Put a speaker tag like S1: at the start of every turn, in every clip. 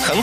S1: 横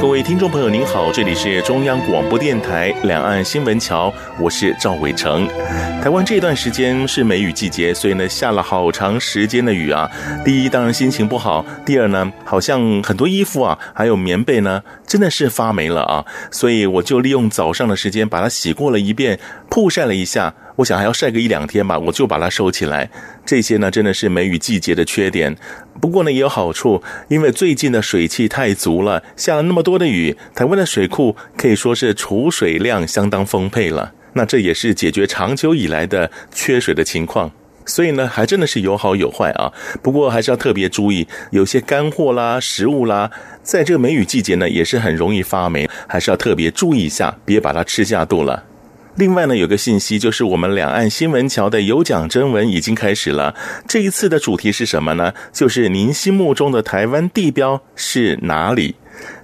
S2: 各位听众朋友，您好，这里是中央广播电台两岸新闻桥，我是赵伟成。台湾这段时间是梅雨季节，所以呢下了好长时间的雨啊。第一，当然心情不好；第二呢，好像很多衣服啊，还有棉被呢，真的是发霉了啊。所以我就利用早上的时间把它洗过了一遍，曝晒了一下。我想还要晒个一两天吧，我就把它收起来。这些呢，真的是梅雨季节的缺点。不过呢，也有好处，因为最近的水汽太足了，下了那么多的雨，台湾的水库可以说是储水量相当丰沛了。那这也是解决长久以来的缺水的情况。所以呢，还真的是有好有坏啊。不过还是要特别注意，有些干货啦、食物啦，在这个梅雨季节呢，也是很容易发霉，还是要特别注意一下，别把它吃下肚了。另外呢，有个信息就是我们两岸新闻桥的有奖征文已经开始了。这一次的主题是什么呢？就是您心目中的台湾地标是哪里？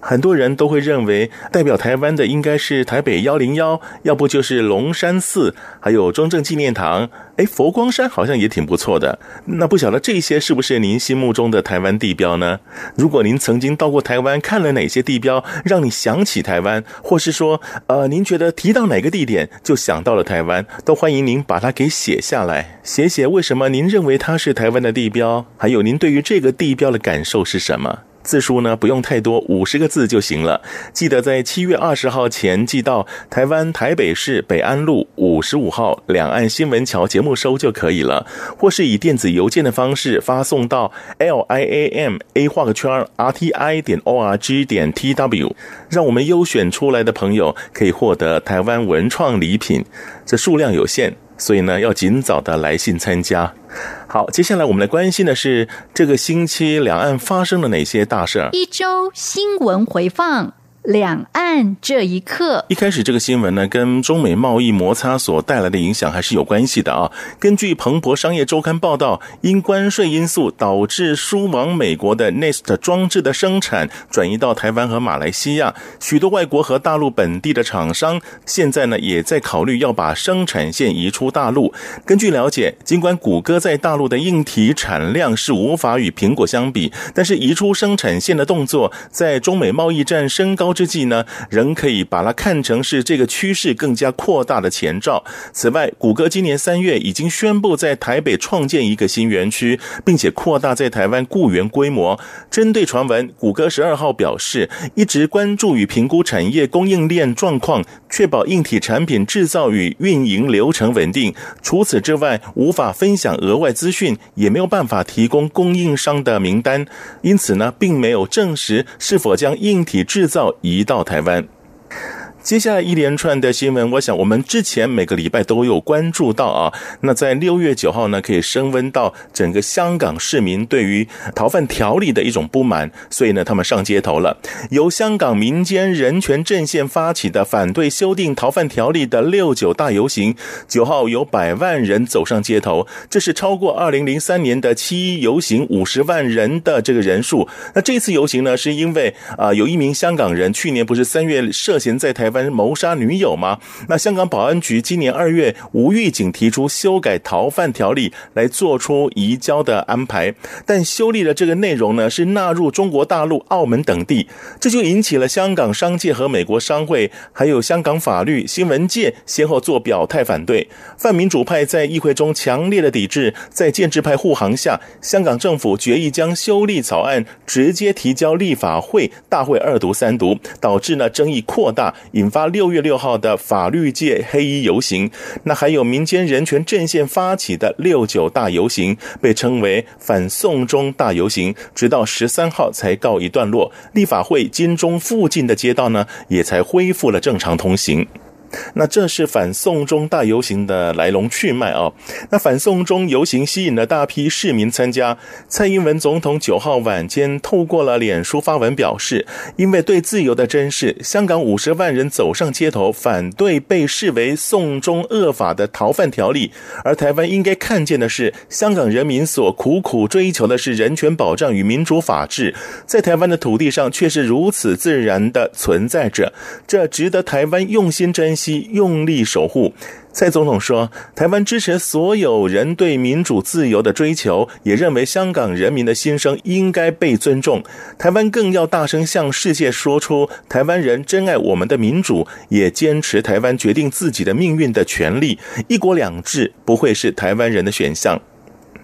S2: 很多人都会认为代表台湾的应该是台北幺零幺，要不就是龙山寺，还有中正纪念堂。哎，佛光山好像也挺不错的。那不晓得这些是不是您心目中的台湾地标呢？如果您曾经到过台湾，看了哪些地标让你想起台湾，或是说，呃，您觉得提到哪个地点就想到了台湾，都欢迎您把它给写下来，写写为什么您认为它是台湾的地标，还有您对于这个地标的感受是什么。字数呢不用太多，五十个字就行了。记得在七月二十号前寄到台湾台北市北安路五十五号两岸新闻桥节目收就可以了，或是以电子邮件的方式发送到 l i a m a 画个圈 r t i 点 o r g 点 t w，让我们优选出来的朋友可以获得台湾文创礼品，这数量有限。所以呢，要尽早的来信参加。好，接下来我们来关心的是这个星期两岸发生了哪些大事儿。
S3: 一周新闻回放，两岸这一刻。
S2: 一开始这个新闻呢，跟中美贸易摩擦所带来的影响还是有关系的啊。根据彭博商业周刊报道，因关税因素导致输往美国的 Nest 装置的生产转移到台湾和马来西亚，许多外国和大陆本地的厂商现在呢也在考虑要把生产线移出大陆。根据了解，尽管谷歌在大陆的硬体产量是无法与苹果相比，但是移出生产线的动作在中美贸易战升高之际呢，仍可以把它看成是这个趋势更加扩大的前兆。此外，谷歌今年三月已经宣布在台北创建一个新园区，并且扩大在台湾雇员规模。针对传闻，谷歌十二号表示，一直关注与评估产业供应链状况，确保硬体产品制造与运营流程稳定。除此之外，无法分享额外资讯，也没有办法提供供应商的名单，因此呢，并没有证实是否将硬体制造移到台湾。接下来一连串的新闻，我想我们之前每个礼拜都有关注到啊。那在六月九号呢，可以升温到整个香港市民对于逃犯条例的一种不满，所以呢，他们上街头了。由香港民间人权阵线发起的反对修订逃犯条例的六九大游行，九号有百万人走上街头，这是超过二零零三年的七一游行五十万人的这个人数。那这次游行呢，是因为啊、呃有一名香港人去年不是三月涉嫌在台湾。谋杀女友吗？那香港保安局今年二月无预警提出修改逃犯条例来做出移交的安排，但修例的这个内容呢是纳入中国大陆、澳门等地，这就引起了香港商界和美国商会，还有香港法律、新闻界先后做表态反对。泛民主派在议会中强烈的抵制，在建制派护航下，香港政府决议将修例草案直接提交立法会大会二读、三读，导致呢争议扩大，引发六月六号的法律界黑衣游行。那还有民间人权阵线发起的六九大游行，被称为反送中大游行，直到十三号才告一段落。立法会金钟附近的街道呢，也才恢复了正常通行。那这是反送中大游行的来龙去脉啊。那反送中游行吸引了大批市民参加。蔡英文总统九号晚间透过了脸书发文表示，因为对自由的珍视，香港五十万人走上街头反对被视为送中恶法的逃犯条例，而台湾应该看见的是，香港人民所苦苦追求的是人权保障与民主法治，在台湾的土地上却是如此自然的存在着，这值得台湾用心珍惜、用力守护。蔡总统说，台湾支持所有人对民主自由的追求，也认为香港人民的心声应该被尊重。台湾更要大声向世界说出，台湾人珍爱我们的民主，也坚持台湾决定自己的命运的权利。一国两制不会是台湾人的选项。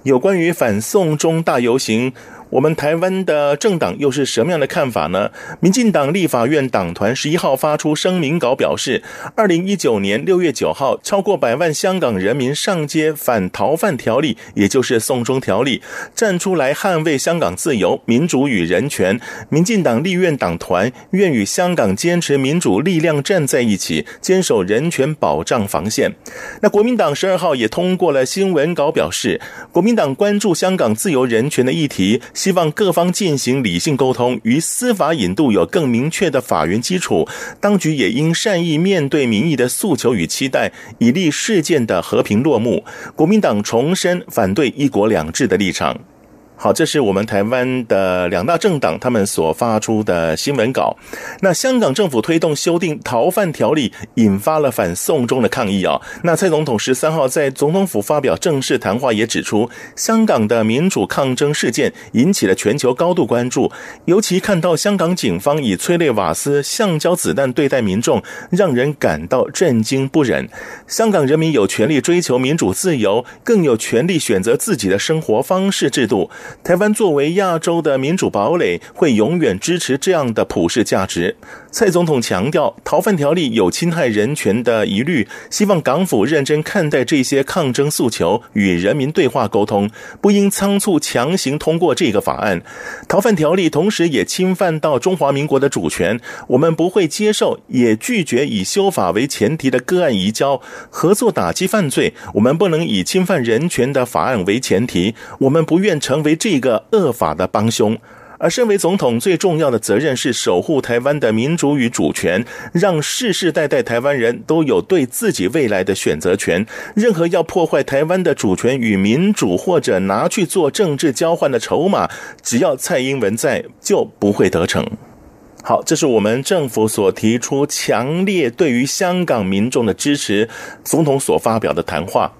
S2: 有关于反送中大游行，我们台湾的政党又是什么样的看法呢？民进党立法院党团十一号发出声明稿表示，二零一九年六月九号，超过百万香港人民上街反逃犯条例，也就是送中条例，站出来捍卫香港自由、民主与人权。民进党立院党团愿与香港坚持民主力量站在一起，坚守人权保障防线。那国民党十二号也通过了新闻稿，表示国民党关注香港自由人权的议题，希望各方进行理性沟通，于司法引渡有更明确的法源基础。当局也应善意面对民意的诉求与期待，以利事件的和平落幕。国民党重申反对“一国两制”的立场。好，这是我们台湾的两大政党他们所发出的新闻稿。那香港政府推动修订逃犯条例，引发了反送中的抗议啊。那蔡总统十三号在总统府发表正式谈话，也指出香港的民主抗争事件引起了全球高度关注，尤其看到香港警方以催泪瓦斯、橡胶子弹对待民众，让人感到震惊不忍。香港人民有权利追求民主自由，更有权利选择自己的生活方式制度。台湾作为亚洲的民主堡垒，会永远支持这样的普世价值。蔡总统强调，逃犯条例有侵害人权的疑虑，希望港府认真看待这些抗争诉求，与人民对话沟通，不应仓促强行通过这个法案。逃犯条例同时也侵犯到中华民国的主权，我们不会接受，也拒绝以修法为前提的个案移交。合作打击犯罪，我们不能以侵犯人权的法案为前提，我们不愿成为这个恶法的帮凶。而身为总统，最重要的责任是守护台湾的民主与主权，让世世代代台湾人都有对自己未来的选择权。任何要破坏台湾的主权与民主，或者拿去做政治交换的筹码，只要蔡英文在，就不会得逞。好，这是我们政府所提出强烈对于香港民众的支持，总统所发表的谈话。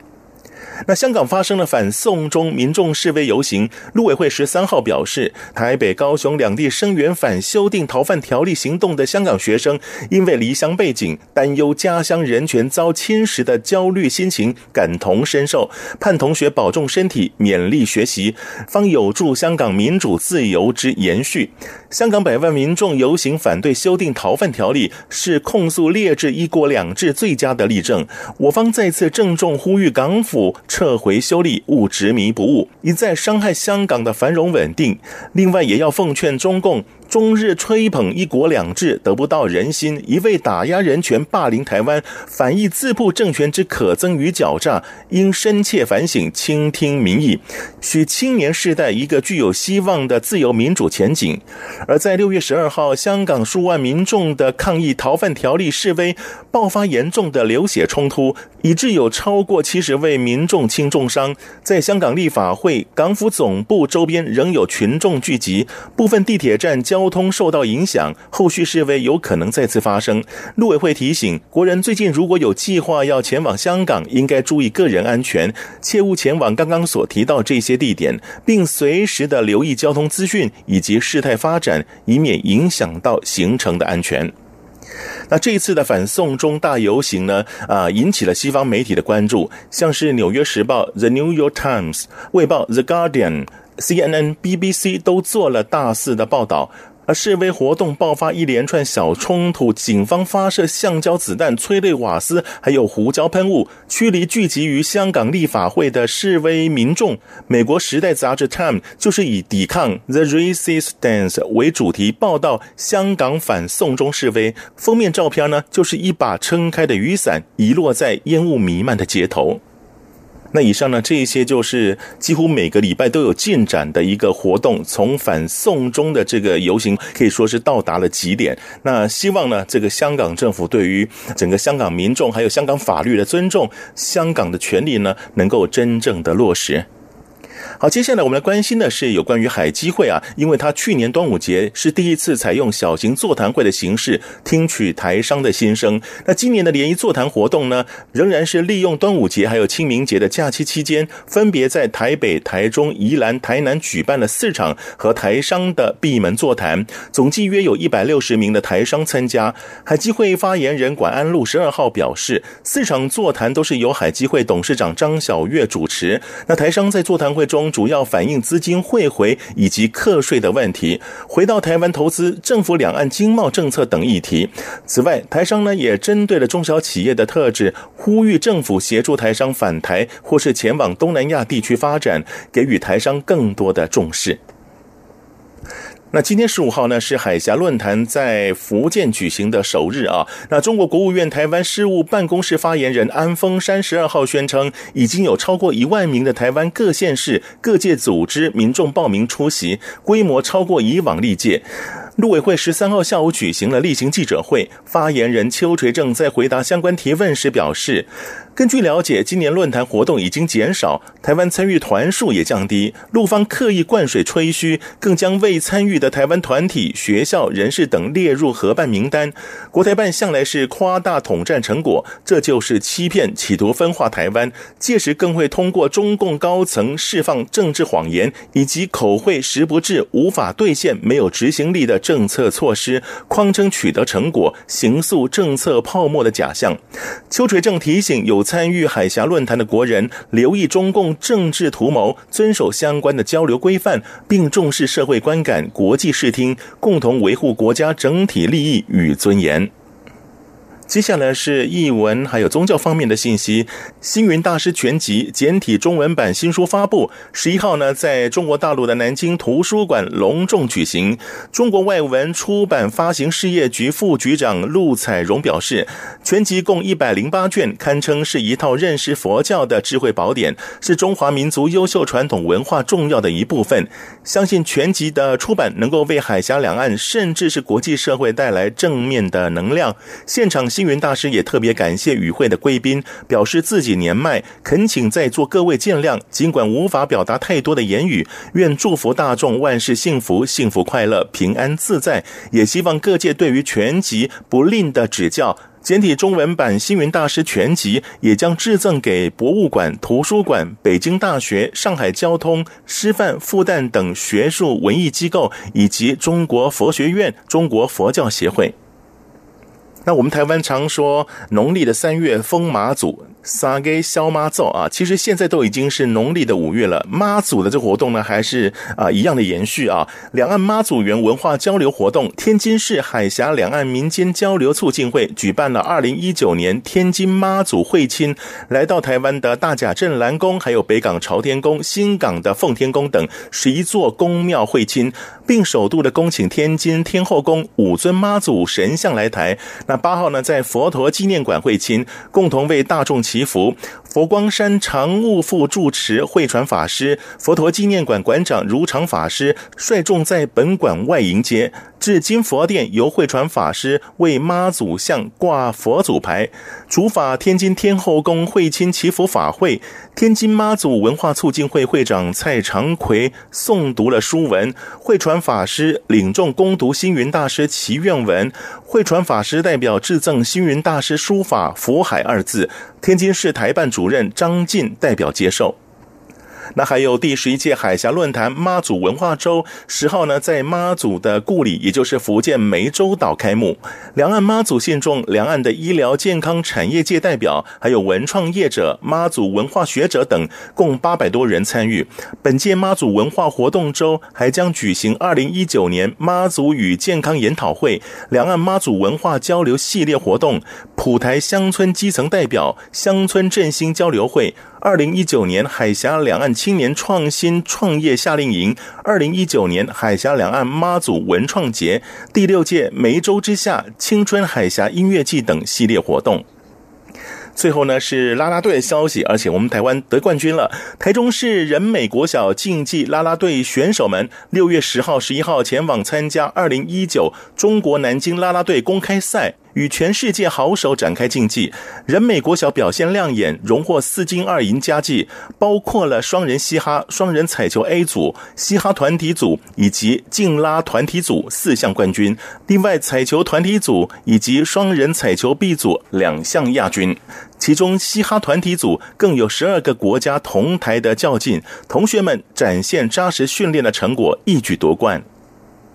S2: 那香港发生了反送中民众示威游行，陆委会十三号表示，台北、高雄两地声援反修订逃犯条例行动的香港学生，因为离乡背景、担忧家乡人权遭侵蚀的焦虑心情感同身受，盼同学保重身体，勉励学习，方有助香港民主自由之延续。香港百万民众游行反对修订逃犯条例，是控诉劣质“一国两制”最佳的例证。我方再次郑重呼吁港府。撤回修例，勿执迷不悟，一再伤害香港的繁荣稳定。另外，也要奉劝中共，中日吹捧“一国两制”得不到人心，一味打压人权、霸凌台湾，反映自曝政权之可憎与狡诈，应深切反省，倾听民意，许青年世代一个具有希望的自由民主前景。而在六月十二号，香港数万民众的抗议逃犯条例示威，爆发严重的流血冲突，以致有超过七十位民众。重轻重伤，在香港立法会、港府总部周边仍有群众聚集，部分地铁站交通受到影响，后续示威有可能再次发生。陆委会提醒国人，最近如果有计划要前往香港，应该注意个人安全，切勿前往刚刚所提到这些地点，并随时的留意交通资讯以及事态发展，以免影响到行程的安全。那这一次的反送中大游行呢，啊，引起了西方媒体的关注，像是《纽约时报》《The New York Times》、《卫报》《The Guardian》、CNN、BBC 都做了大肆的报道。而示威活动爆发一连串小冲突，警方发射橡胶子弹、催泪瓦斯，还有胡椒喷雾，驱离聚集于香港立法会的示威民众。美国《时代》杂志《Time》就是以抵抗 The Resistance 为主题报道香港反送中示威，封面照片呢就是一把撑开的雨伞遗落在烟雾弥漫的街头。那以上呢，这一些就是几乎每个礼拜都有进展的一个活动，从反送中的这个游行可以说是到达了极点。那希望呢，这个香港政府对于整个香港民众还有香港法律的尊重，香港的权利呢，能够真正的落实。好，接下来我们来关心的是有关于海基会啊，因为它去年端午节是第一次采用小型座谈会的形式，听取台商的心声。那今年的联谊座谈活动呢，仍然是利用端午节还有清明节的假期期间，分别在台北、台中、宜兰、台南举办了四场和台商的闭门座谈，总计约有一百六十名的台商参加。海基会发言人管安路十二号表示，四场座谈都是由海基会董事长张晓月主持。那台商在座谈会中。中主要反映资金汇回以及课税的问题，回到台湾投资、政府两岸经贸政策等议题。此外，台商呢也针对了中小企业的特质，呼吁政府协助台商返台或是前往东南亚地区发展，给予台商更多的重视。那今天十五号呢是海峡论坛在福建举行的首日啊。那中国国务院台湾事务办公室发言人安峰山十二号宣称，已经有超过一万名的台湾各县市、各界组织民众报名出席，规模超过以往历届。陆委会十三号下午举行了例行记者会，发言人邱垂正在回答相关提问时表示，根据了解，今年论坛活动已经减少，台湾参与团数也降低，陆方刻意灌水吹嘘，更将未参与的台湾团体、学校、人士等列入合办名单。国台办向来是夸大统战成果，这就是欺骗，企图分化台湾，届时更会通过中共高层释放政治谎言以及口惠实不至、无法兑现、没有执行力的。政策措施匡争取得成果，形塑政策泡沫的假象。邱垂正提醒有参与海峡论坛的国人，留意中共政治图谋，遵守相关的交流规范，并重视社会观感、国际视听，共同维护国家整体利益与尊严。接下来是译文还有宗教方面的信息，《星云大师全集》简体中文版新书发布，十一号呢在中国大陆的南京图书馆隆重举行。中国外文出版发行事业局副局长陆彩荣表示，全集共一百零八卷，堪称是一套认识佛教的智慧宝典，是中华民族优秀传统文化重要的一部分。相信全集的出版能够为海峡两岸甚至是国际社会带来正面的能量。现场。星云大师也特别感谢与会的贵宾，表示自己年迈，恳请在座各位见谅。尽管无法表达太多的言语，愿祝福大众万事幸福、幸福快乐、平安自在。也希望各界对于全集不吝的指教。简体中文版《星云大师全集》也将致赠给博物馆、图书馆、北京大学、上海交通、师范、复旦等学术文艺机构，以及中国佛学院、中国佛教协会。那我们台湾常说农历的三月风马祖，撒给消妈咒啊，其实现在都已经是农历的五月了。妈祖的这活动呢，还是啊、呃、一样的延续啊。两岸妈祖园文化交流活动，天津市海峡两岸民间交流促进会举办了二零一九年天津妈祖会亲，来到台湾的大甲镇澜宫、还有北港朝天宫、新港的奉天宫等十一座宫庙会亲，并首度的恭请天津天后宫五尊妈祖神像来台。那八号呢，在佛陀纪念馆会亲，共同为大众祈福。佛光山常务副住持慧传法师、佛陀纪念馆馆长如常法师率众在本馆外迎接。至金佛殿，由慧传法师为妈祖像挂佛祖牌。主法天津天后宫会亲祈福法会，天津妈祖文化促进会会长蔡长奎诵读了书文，慧传法师领众恭读星云大师祈愿文，慧传法师代表致赠星云大师书法“福海”二字。天津市台办主任张进代表接受。那还有第十一届海峡论坛妈祖文化周，十号呢在妈祖的故里，也就是福建湄洲岛开幕。两岸妈祖信众、两岸的医疗健康产业界代表，还有文创业者、妈祖文化学者等，共八百多人参与。本届妈祖文化活动周还将举行二零一九年妈祖与健康研讨会、两岸妈祖文化交流系列活动、普台乡村基层代表、乡村振兴交流会。二零一九年海峡两岸青年创新创业夏令营，二零一九年海峡两岸妈祖文创节，第六届梅州之夏青春海峡音乐季等系列活动。最后呢是啦啦队的消息，而且我们台湾得冠军了。台中市仁美国小竞技啦啦队选手们，六月十号、十一号前往参加二零一九中国南京啦啦队公开赛。与全世界好手展开竞技，人美国小表现亮眼，荣获四金二银佳绩，包括了双人嘻哈、双人彩球 A 组、嘻哈团体组以及竞拉团体组四项冠军，另外彩球团体组以及双人彩球 B 组两项亚军。其中嘻哈团体组更有十二个国家同台的较劲，同学们展现扎实训练的成果，一举夺冠。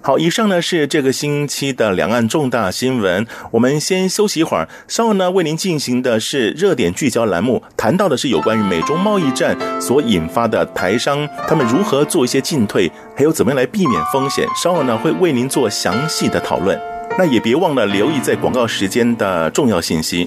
S2: 好，以上呢是这个星期的两岸重大新闻。我们先休息一会儿，稍后呢为您进行的是热点聚焦栏目，谈到的是有关于美中贸易战所引发的台商他们如何做一些进退，还有怎么样来避免风险。稍后呢会为您做详细的讨论。那也别忘了留意在广告时间的重要信息。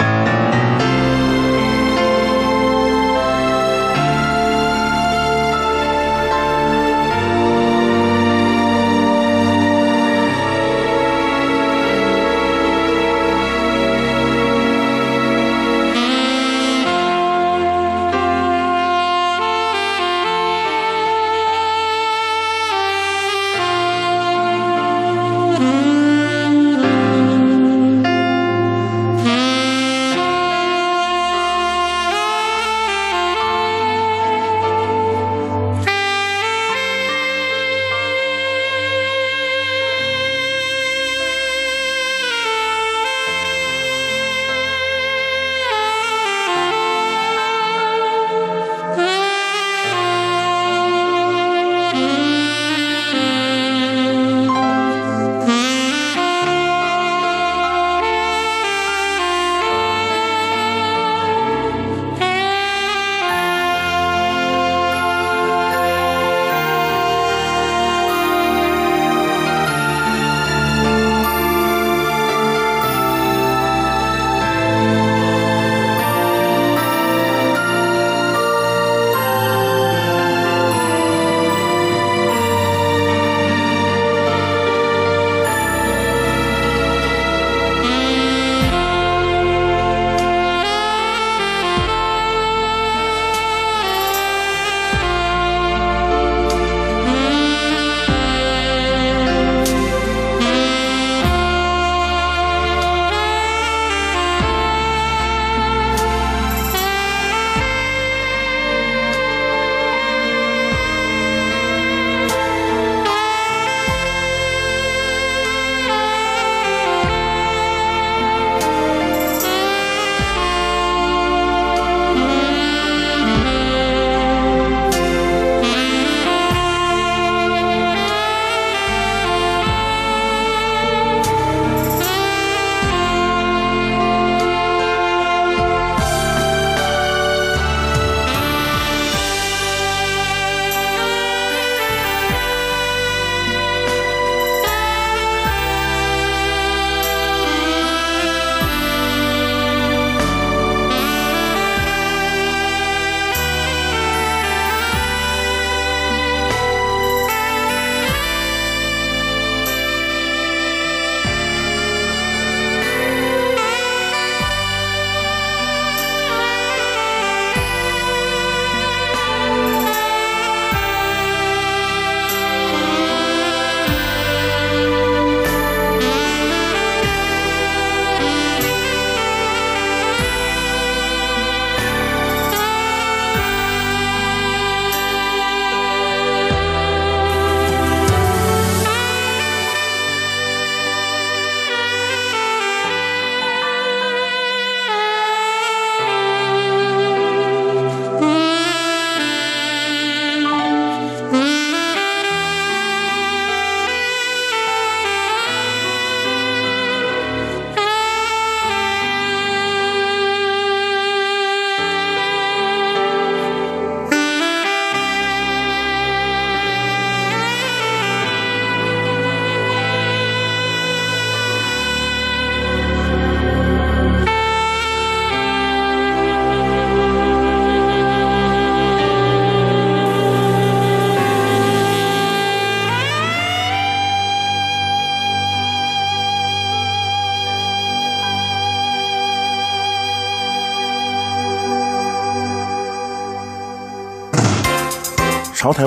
S2: 潮台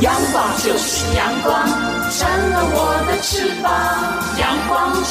S4: 阳光就是阳光，闪亮我的翅膀。阳光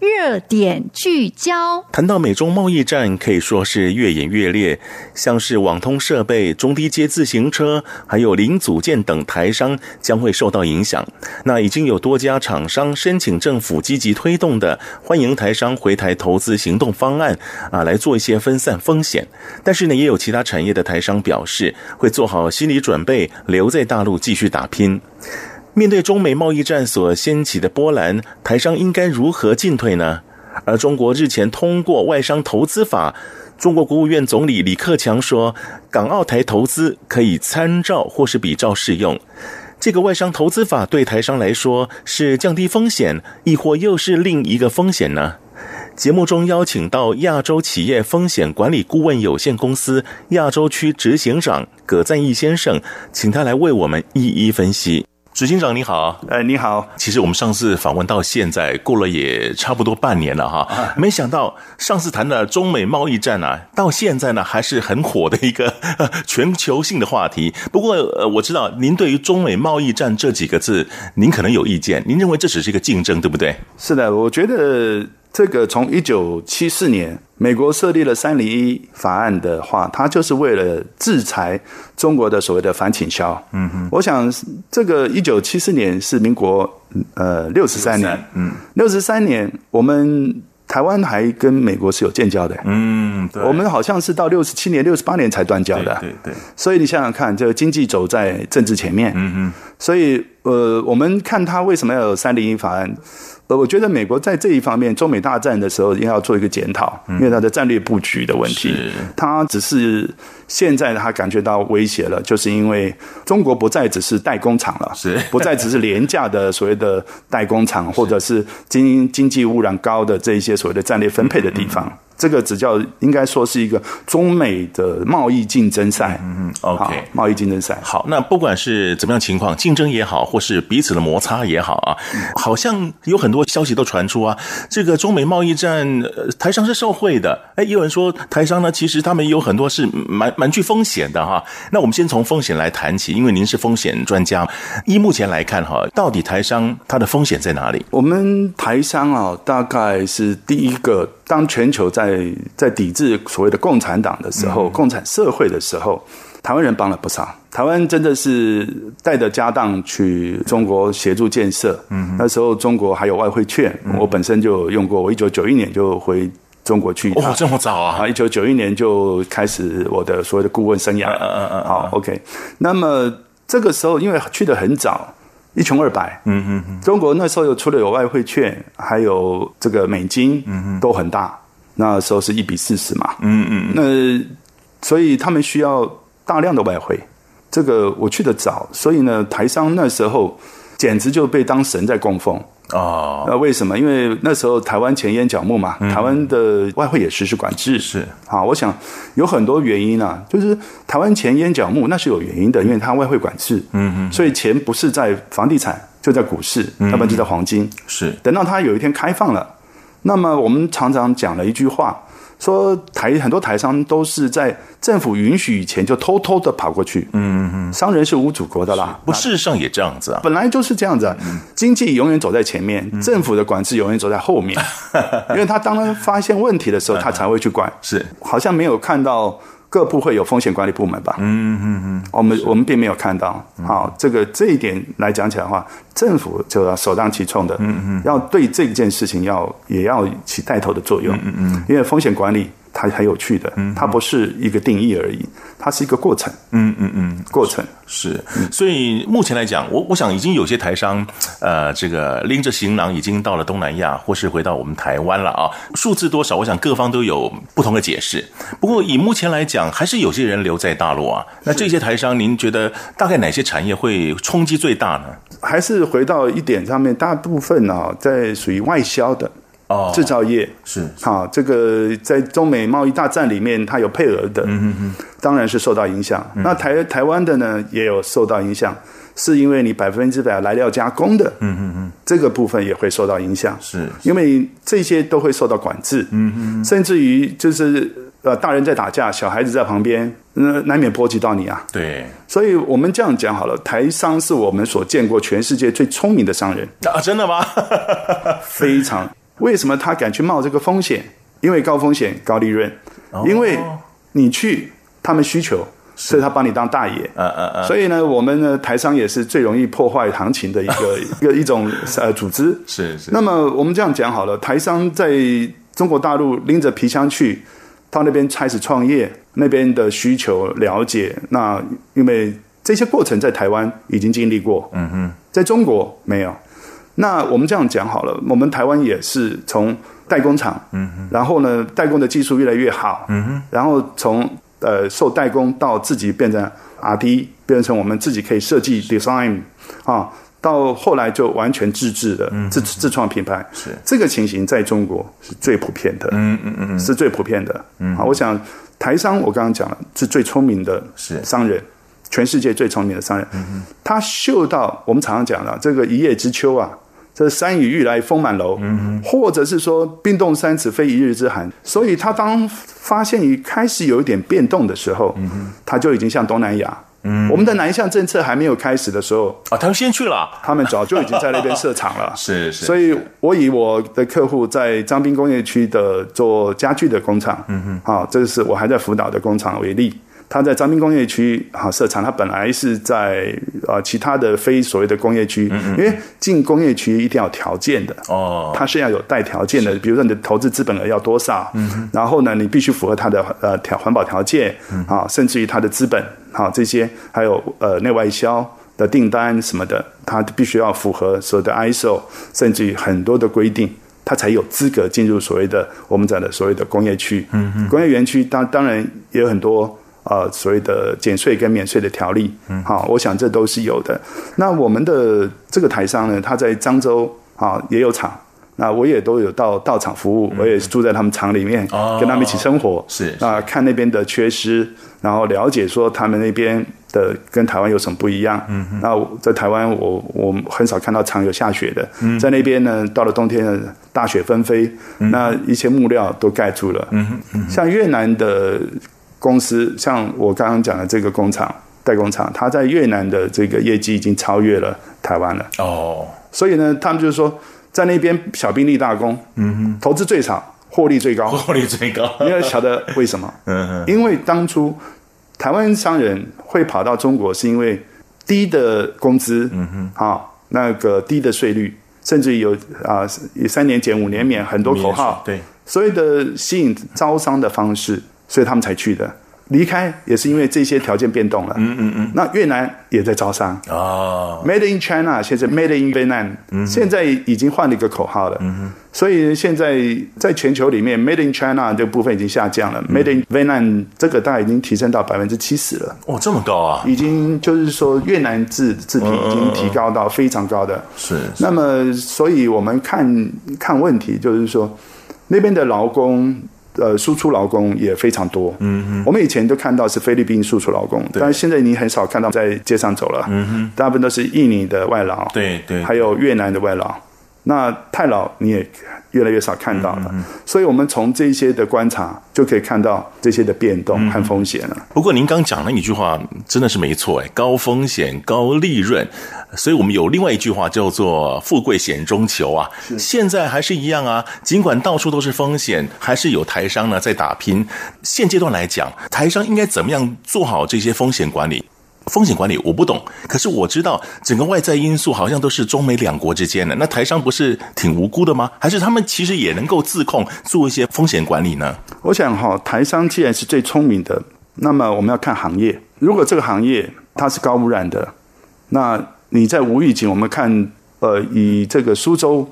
S3: 热点聚焦，
S2: 谈到美中贸易战，可以说是越演越烈，像是网通设备、中低阶自行车，还有零组件等台商将会受到影响。那已经有多家厂商申请政府积极推动的欢迎台商回台投资行动方案啊，来做一些分散风险。但是呢，也有其他产业的台商表示会做好心理准备，留在大陆继续打拼。面对中美贸易战所掀起的波澜，台商应该如何进退呢？而中国日前通过《外商投资法》，中国国务院总理李克强说，港澳台投资可以参照或是比照适用。这个外商投资法对台商来说是降低风险，亦或又是另一个风险呢？节目中邀请到亚洲企业风险管理顾问有限公司亚洲区执行长葛赞义先生，请他来为我们一一分析。执行长你好，
S5: 呃，你好，
S2: 其实我们上次访问到现在，过了也差不多半年了哈，没想到上次谈的中美贸易战啊，到现在呢还是很火的一个 呃全球性的话题。不过呃，我知道您对于中美贸易战这几个字，您可能有意见，您认为这只是一个竞争，对不对？
S5: 是的，我觉得这个从一九七四年美国设立了三零一法案的话，它就是为了制裁中国的所谓的反倾销。嗯哼，我想这个一九七四年是民国呃六十三年，嗯，六十三年我们。台湾还跟美国是有建交的，
S2: 嗯，对
S5: 我们好像是到六十七年、六十八年才断交的，
S2: 对啊对，
S5: 所以你想想看，这个经济走在政治前面，嗯嗯，所以呃，我们看他为什么要有三零一法案，呃，我觉得美国在这一方面，中美大战的时候应该要做一个检讨，因为它的战略布局的问题
S2: 是，
S5: 它只是现在他感觉到威胁了，就是因为中国不再只是代工厂了，
S2: 是
S5: 不再只是廉价的所谓的代工厂，或者是经经济污染高的这一些所谓的战略分配的地方。这个只叫应该说是一个中美的贸易竞争赛，嗯
S2: ，OK
S5: 贸易竞争赛。
S2: 好，那不管是怎么样情况，竞争也好，或是彼此的摩擦也好啊，好像有很多消息都传出啊，这个中美贸易战，呃、台商是受惠的。哎，也有人说台商呢，其实他们有很多是蛮蛮具风险的哈。那我们先从风险来谈起，因为您是风险专家。依目前来看哈，到底台商它的风险在哪里？
S5: 我们台商啊、大概是第一个，当全球在在抵制所谓的共产党的时
S2: 嗯
S5: 候，共产社会的时候，台湾人帮了不少。台湾真的是带着家当去中国协助建设，嗯，那时候中国还有外汇券，
S2: 嗯
S5: 我本身就有用过，我一九九一年就回中国去一趟
S2: 哦，这么早啊
S5: 啊，？一九九一年就开始我的所谓的顾问生涯。
S2: 嗯嗯嗯嗯
S5: 好，OK。那么这个时候，因为去的很早，一穷二白。嗯嗯嗯。中国那时候有除了有外汇券，还有这个美金，嗯嗯，都很大。那时候是一比四十嘛。嗯嗯。那所以他们需要大量的外汇。这个我去的早，所以呢，台商那时候简直就被当神在供奉。
S2: 哦，
S5: 那为什么？因为那时候台湾前烟角木嘛，台湾的外汇也实施管制。
S2: 是
S5: 啊，我想有很多原因啊，就是台湾前烟角木那是有原因的，因为它外汇管制。嗯嗯，所以钱不是在房地产，就在股市，要不然就在黄金。
S2: 是，
S5: 等到它有一天开放了，那么我们常常讲了一句话，说台很多台商都是在政府允许以前就偷偷的跑过去。嗯嗯嗯，商人是无祖国的啦，
S2: 不事实上也这样子啊？
S5: 本来就是这样子啊，经济永远走在前面，政府的管制永远走在后 面，因为他当他发现问题的时候，他才会去管。
S2: 是
S5: 好像没有看到各部会有风险管理部门吧？嗯嗯嗯，我们我们并没有看到。好，这个这一点来讲起来的话，政府就要首当其冲的，嗯嗯，要对这件事情要也要起带头的作用，嗯嗯，因为风险管理它很有趣的，它不是一个定义而已，它是一个过程，
S2: 嗯嗯嗯，
S5: 过程。
S2: 是。所以目前来讲，我我想已经有些台商，呃，这个拎着行囊已经到了东南亚，或是回到我们台湾了啊。数字多少，我想各方都有不同的解释。不过以目前来讲，还是有些人留在大陆啊。那这些台商，您觉得大概哪些产业会冲击最大呢？
S5: 还是回到一点上面，大部分啊、在属于外销的
S2: 哦
S5: 制造业。
S2: 是
S5: 好，这个在中美贸易大战里面，它有配额的，嗯嗯当然是受到影响。那台台湾的呢，也有受到影响，是因为你百分之百来料加工的，嗯嗯嗯，这个部分也会受到影响，
S2: 是
S5: 因为这些都会受到管制，嗯嗯，甚至于就是呃，大人在打架，小孩子在旁边，那、难免波及到你啊。
S2: 对
S5: 所以我们这样讲好了，台商是我们所见过全世界最聪明的商 人，
S2: 啊，真的 吗？
S5: 非常。为什么他敢去冒这个风险？因为高风险高利润，因为
S2: 哦
S5: 你去他们需求，所以他把你当大爷。
S2: 嗯嗯嗯，
S5: 所以呢，我们呢台商也是最容易破坏行情的一 个一个一种呃组织。
S2: 是是
S5: 那么我们这样讲好了，台商在中国大陆拎着皮箱去到那边开始创业，那边的需求了解，那因为这些过程在台湾已经经历过，嗯哼，在中国没有。那我们这样讲好了，我们台湾也是从代工厂，嗯哼，然后呢，代工的技术越来越好，嗯哼，然后从呃受代工到自己变成 R D，变成我们自己可以设计 design 啊，到后来就完全自制的、自自创品牌，嗯是这个情形在中国是最普遍的，嗯嗯嗯，是最普遍的，嗯，好，我想台商我刚刚讲了是最聪明的
S2: 是
S5: 商人。全世界最聪明的商人，他嗅到我们常常讲的这个一叶知秋啊，这山雨欲来风满楼，或者是说冰冻三尺非一日之寒，所以他当发现于开始有一点变动的时候，他就已经向东南亚，我们的南向政策还没有开始的时候，
S2: 啊，他们先去了，。
S5: 他们早就已经在那边设厂了
S2: 是是
S5: 所以我以我的客户在张滨工业区的做家具的工厂，嗯哼，好、这是我还在辅导的工厂为例。他在张滨工业区好设厂，他本来是在呃其他的非所谓的工业
S2: 嗯
S5: 区，因为进工业区一定要有条件的
S2: 哦
S5: 它是要有带条件的，比如说你的投资资本额要多少，嗯，然后呢，你必须符合它的呃条环保条件，啊，甚至于它的资本，啊，这些还有呃内外销的订单什么的，它必须要符合所有的 ISO，甚至于很多的规定。它才有资格进入所谓的我们讲的所谓的工业区，嗯，工业园区当当然也有很多呃所谓的减税跟免税的条例，嗯，好，我想这都是有的。那我们的这个台商呢，他在漳州啊也有厂，那我也都有到到厂服务，我也是住在他们厂里面，
S2: 哦
S5: 跟他们一起生活，
S2: 是是
S5: 啊、看那边的缺失，然后了解说他们那边的跟台湾有什么不一样。嗯，那我在台湾我我很少看到常有下雪的，在那边呢，到了冬天呢，大雪纷飞，那一些木料都盖住了。嗯像越南的公司，像我刚刚讲的这个工厂。代工厂，它在越南的这个业绩已经超越了台湾了。
S2: 哦，
S5: 所以呢，他们就是说，在那边小兵立大功，嗯哼，投资最少，获利 最高。
S2: 获利最 高，
S5: 你要晓得为什么？嗯，因为当初台湾商人会跑到中国，是因为低的工资，嗯哼，啊，那个低的税率，甚至于有啊、三年减五年免，很多口号，
S2: 对，
S5: 所谓的吸引招商的方式，所以他们才去的。离开也是因为这些条件变动了，嗯嗯嗯。那越南也在招商，
S2: 哦，
S5: Made in China，现在 Made in Vietnam，、现在已经换了一个口号了。所以现在在全球里面，Made in China 这部分已经下降了、m a d e in Vietnam 这个大概已经提升到百分之七十了，
S2: 哦，这么高啊，
S5: 已经就是说越南制制品已经提高到非常高的。
S2: 是
S5: 那么，所以我们看看问题，就是说那边的劳工，呃，输出劳工也非常多。嗯嗯，我们以前都看到是菲律宾输出劳工，但是现在你很少看到在街上走了。嗯哼，大部分都是印尼的外劳，
S2: 对对
S5: 还有越南的外劳。那泰劳你也越来越少看到了，所以我们从这些的观察就可以看到这些的变动和风险了。
S2: 不过您刚讲那一句话真的是没错哎，高风险高利润，所以我们有另外一句话叫做“富贵险中求”啊。现在还是一样啊，尽管到处都是风险，还是有台商呢在打拼。现阶段来讲，台商应该怎么样做好这些风险管理？风险管理我不懂，可是我知道整个外在因素好像都是中美两国之间的。那台商不是挺无辜的吗？还是他们其实也能够自控，做一些风险管理呢？
S5: 我想哈、台商既然是最聪明的，那么我们要看行业。如果这个行业它是高污染的，那你在无预警，我们看呃，以这个苏州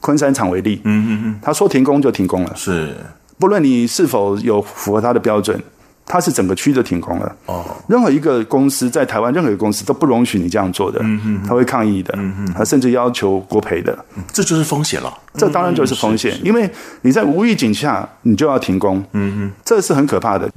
S5: 昆山厂为例，嗯嗯嗯，他说停工就停工了，
S2: 是
S5: 不论你是否有符合它的标准，它是整个区就停工了。
S2: 哦，
S5: 任何一个公司在台湾任何一个公司都不容许你这样做的，嗯嗯，他会抗议的，嗯嗯，他甚至要求国赔的，
S2: 这就是风险了。
S5: 这当然就是风险，因为你在无预警下你就要停工，嗯嗯，这是很可怕的，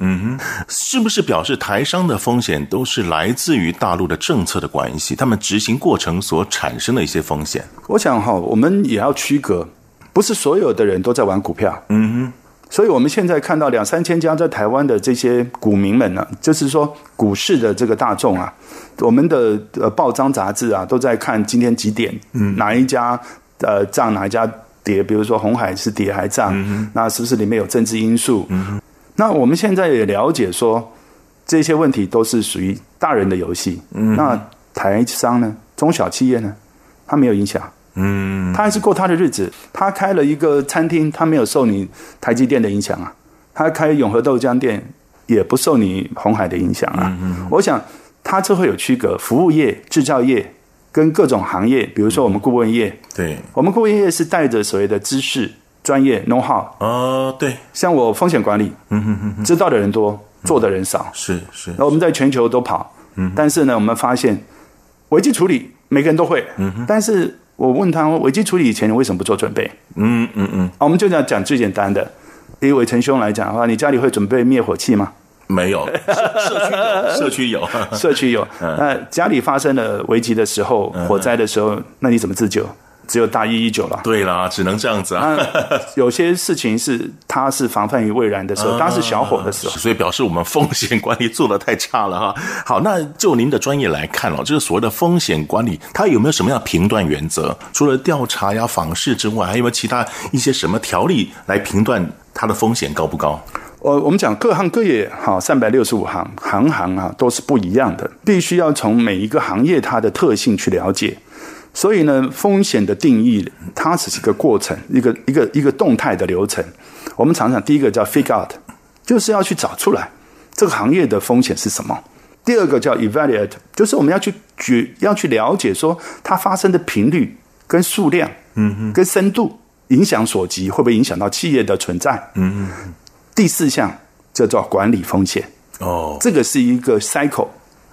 S2: 是不是表示台商的风险都是来自于大陆的政策的关系，他们执行过程所产生的一些风险？
S5: 我想哈，我们也要区隔，不是所有的人都在玩股票。嗯哼。所以我们现在看到两三千家在台湾的这些股民们呢、啊就是说股市的这个大众啊，我们的呃报章杂志啊，都在看今天几点，嗯，哪一家呃涨，哪一家跌，比如说红海是跌还涨，那是不是里面有政治因素？嗯、那我们现在也了解说，这些问题都是属于大人的游戏。嗯、那台商呢，中小企业呢，它没有影响。嗯，他还是过他的日子。他开了一个餐厅，他没有受你台积电的影响啊。他开永和豆浆店也不受你红海的影响啊。我想他这会有区隔，服务业、制造业跟各种行业，比如说我们顾问业，
S2: 对，
S5: 我们顾问业是带着所谓的知识、专业、know how。
S2: 呃，对，
S5: 像我风险管理，知道的人多，做的人少。
S2: 是是
S5: 那我们在全球都跑，
S2: 嗯
S5: 但是呢，我们发现危机处理每个人都会，
S2: 嗯
S5: 但是我问他危机处理以前你为什么不做准备？
S2: 嗯嗯嗯，
S5: 啊，我们就讲讲最简单的，以伟成兄来讲的话，你家里会准备灭火器吗？
S2: 没 有，社社区有， 社区有，
S5: 社区有，
S2: 嗯
S5: 那家里发生了危机的时候，火灾的时候，那你怎么自救？只有大一一九了。
S2: 嗯对啦，只能这样子啊。
S5: 那有些事情是它是防范于未然的时候，它是小火的时候。
S2: 所以表示我们风险管理做的太差了哈。好，那就您的专业来看哦，就是所谓的风险管理，它有没有什么样的评断原则？除了调查呀、访视之外，还有没有其他一些什么条例来评断它的风险高不高？
S5: 呃我我们讲各行各业哈，三百六十五行，行行啊都是不一样的，必须要从每一个行业它的特性去了解。所以呢，风险的定义它只是一个过程，一个一个一个动态的流程。我们常常第一个叫 figure out，就是要去找出来这个行业的风险是什么。第二个叫 evaluate，就是我们要去决要去了解说它发生的频率跟数量，嗯嗯，跟深度影响所及，会不会影响到企业的存在？第四项叫做管理风险，
S2: 哦，
S5: 这个是一个 cycle，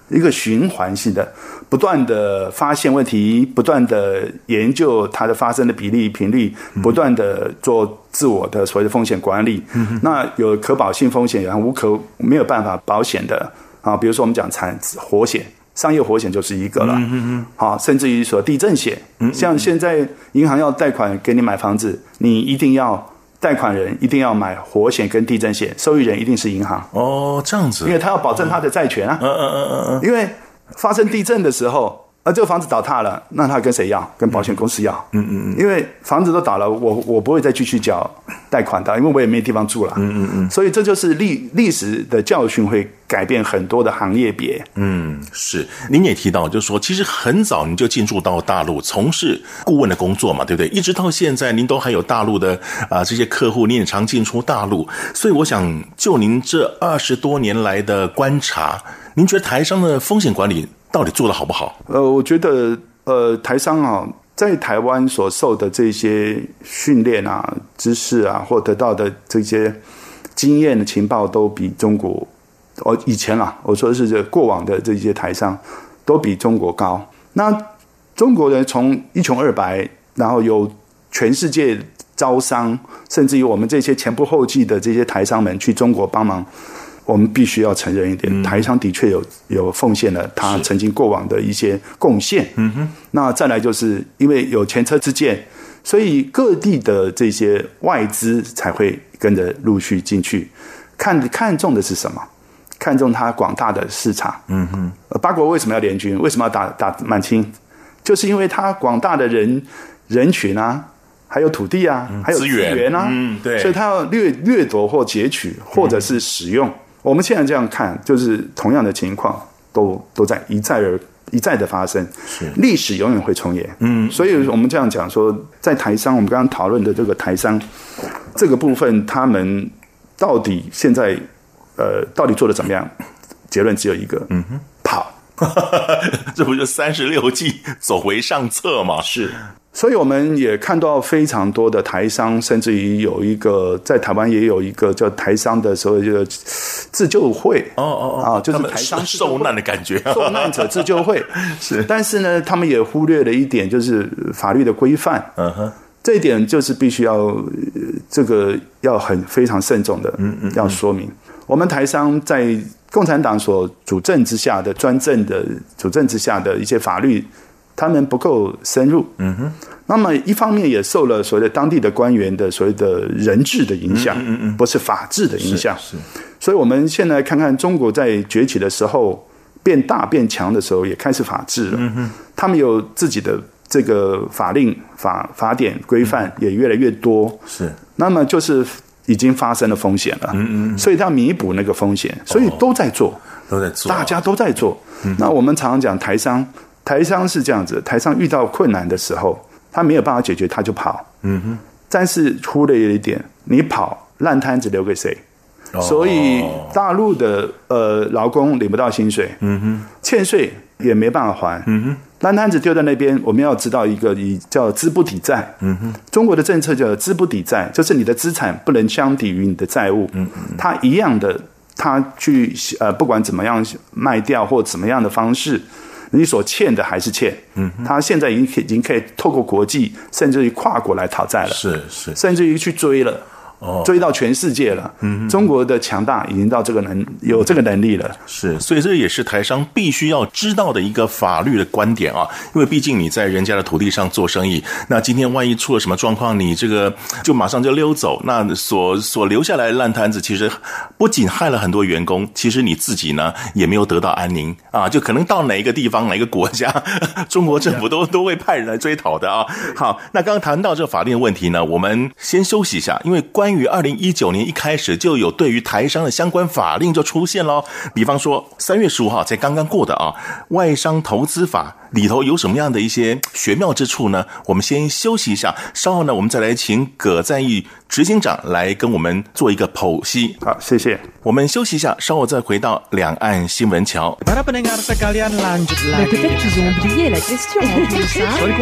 S5: 一个循环性的，不断的发现问题，不断的研究它的发生的比例、频率，不断的做自我的所谓的风险管理。那有可保性风险，然后无可没有办法保险的啊，比如说我们讲产火险。商业火险就是一个了，嗯嗯，好，甚至于说地震险，像现在银行要贷款给你买房子，你一定要贷款人一定要买火险跟地震险，受益人一定是银行，
S2: 哦，这样子
S5: 因，为他要保证他的债权啊。嗯嗯嗯嗯。因为发生地震的时候，啊，这个房子倒塌了，那他跟谁要？跟保险公司要。嗯嗯嗯。因为房子都倒了，我我不会再继续缴贷款的，因为我也没地方住了。嗯嗯嗯。所以这就是历历史的教训会改变很多的行业别。
S2: 是，您也提到，就是说，其实很早您就进驻到大陆从事顾问的工作嘛，对不对？一直到现在，您都还有大陆的啊、这些客户，您也常进出大陆，所以我想，就您这二十多年来的观察，您觉得台商的风险管理到底做得好不好？
S5: 呃，我觉得呃，台商啊、在台湾所受的这些训练啊、知识啊，或得到的这些经验的情报，都比中国，哦，以前啦，我说的是这过往的这些台商，都比中国高。那中国人从一穷二白，然后有全世界招商，甚至于我们这些前仆后继的这些台商们去中国帮忙。我们必须要承认一点，台商的确有有奉献了他曾经过往的一些贡献。嗯哼，那再来就是因为有前车之鉴，所以各地的这些外资才会跟着陆续进去。看看重的是什么？看重它广大的市场。嗯哼，八国为什么要联军？为什么要打打满清？就是因为它广大的人人群啊，还有土地啊，还有
S2: 资
S5: 资
S2: 源
S5: 源啊，
S2: 嗯对
S5: 所以它要掠嗯掠夺或截取，或者是使用。我们现在这样看，就是同样的情况。都都在一再而一再的发生，历史永远会重演。嗯，所以我们这样讲说，在台商，我们刚刚讨论的这个台商这个部分，他们到底现在呃到底做的怎么样？结论只有一个，嗯哼，跑。
S2: 这不就三十六计走为上策吗？是，
S5: 所以我们也看到非常多的台商，甚至于有一个在台湾也有一个叫台商的所谓的自救会
S2: 哦哦哦，
S5: 啊，就是
S2: 他们
S5: 台商自救会
S2: 受难的感觉，啊
S5: 受难者自救会
S2: 是
S5: 但是呢，他们也忽略了一点，就是法律的规范。
S2: 嗯哼，
S5: 这一点就是必须要呃这个要很非常慎重的，嗯嗯，要说明。我们台商在共产党所主政之下的专政的主政之下的一些法律，他们不够深入，嗯哼。那么一方面也受了所谓的当地的官员的所谓的人治的影响，嗯嗯不是法治的影响，
S2: 是
S5: 所以我们现在看看中国在崛起的时候，变大变强的时候，也开始法治了。他们有自己的这个法令、法法典规范，也越来越多。
S2: 是，
S5: 那么就是已经发生了风险了。嗯嗯，哦所以要弥补那个风险，所以都在做。嗯
S2: 都在做，
S5: 大家都在做。那我们常常讲台商，台商是这样子，台商遇到困难的时候，他没有办法解决，他就跑。嗯哼。但是忽略了一点，你跑烂摊子留给谁？所以大陆的呃劳工领不到薪水，嗯哼，欠税也没办法还，嗯哼，烂摊子丢在那边，我们要知道一个以叫资不抵债，嗯哼，中国的政策叫资不抵债，就是你的资产不能相抵于你的债务，嗯嗯，它一样的，它去呃不管怎么样卖掉或怎么样的方式。你所欠的还是欠，嗯，他现在已经可以已经可以透过国际，甚至于跨国来讨债了，
S2: 是是
S5: 甚至于去追了。追到全世界了。中国的强大已经到这个能有这个能力了。
S2: 是，所以这也是台商必须要知道的一个法律的观点啊，因为毕竟你在人家的土地上做生意，那今天万一出了什么状况，你这个就马上就溜走，那所所留下来的烂摊子，其实不仅害了很多员工，其实你自己呢也没有得到安宁啊，就可能到哪一个地方、哪一个国家， 中国政府都都会派人来追讨的啊。好，那刚刚谈到这法律的问题呢，我们先休息一下，因为关于二零一九年一开始就有对于台商的相关法令就出现喽，比方说三月十五号才刚刚过的啊，《外商投资法》里头有什么样的一些玄妙之处呢？我们先休息一下，稍后呢，我们再来请葛在义执行长来跟我们做一个剖析。
S5: 好，谢谢。
S2: 我们休息一下，稍后再回到两岸新闻桥。
S6: Para pendengar sekalian lanjut lagi.
S7: Peut-être qu'ils ont oublié la question en plus. hein.
S8: But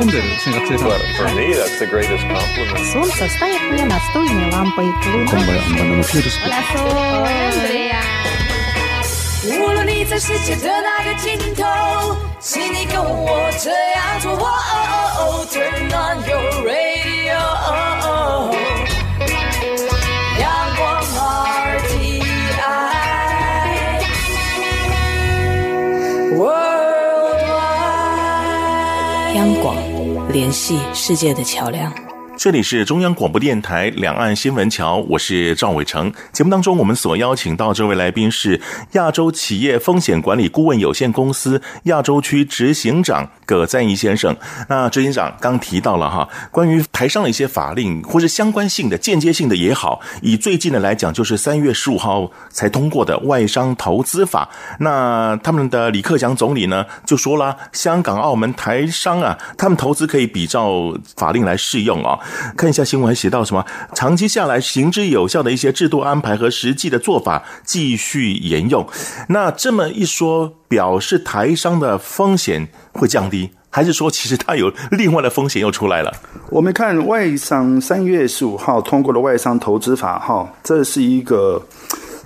S8: for me, that's the greatest compliment.
S7: Солнце ставит мне настольной лампой. Луна
S4: 无论你在世界的哪个尽头，请你跟我这样做。哦哦哦，Turn on your radio。阳光 RTI。Worldwide。
S9: 央广，联系世界的桥梁。
S2: 这里是中央广播电台两岸新闻桥，我是赵伟成。节目当中，我们所邀请到这位来宾是亚洲企业风险管理顾问有限公司亚洲区执行长葛赞义先生。那执行长刚提到了哈，关于台上的一些法令或是相关性的、间接性的也好，以最近的来讲，就是三月十五号才通过的《外商投资法》。那他们的李克强总理呢就说了，香港、澳门台商啊，他们投资可以比照法令来适用啊。看一下新闻还写到什么，长期下来行之有效的一些制度安排和实际的做法继续沿用。那这么一说，表示台商的风险会降低，还是说其实它有另外的风险又出来了？
S5: 我们看外商三月十五号通过了外商投资法哈，这是一个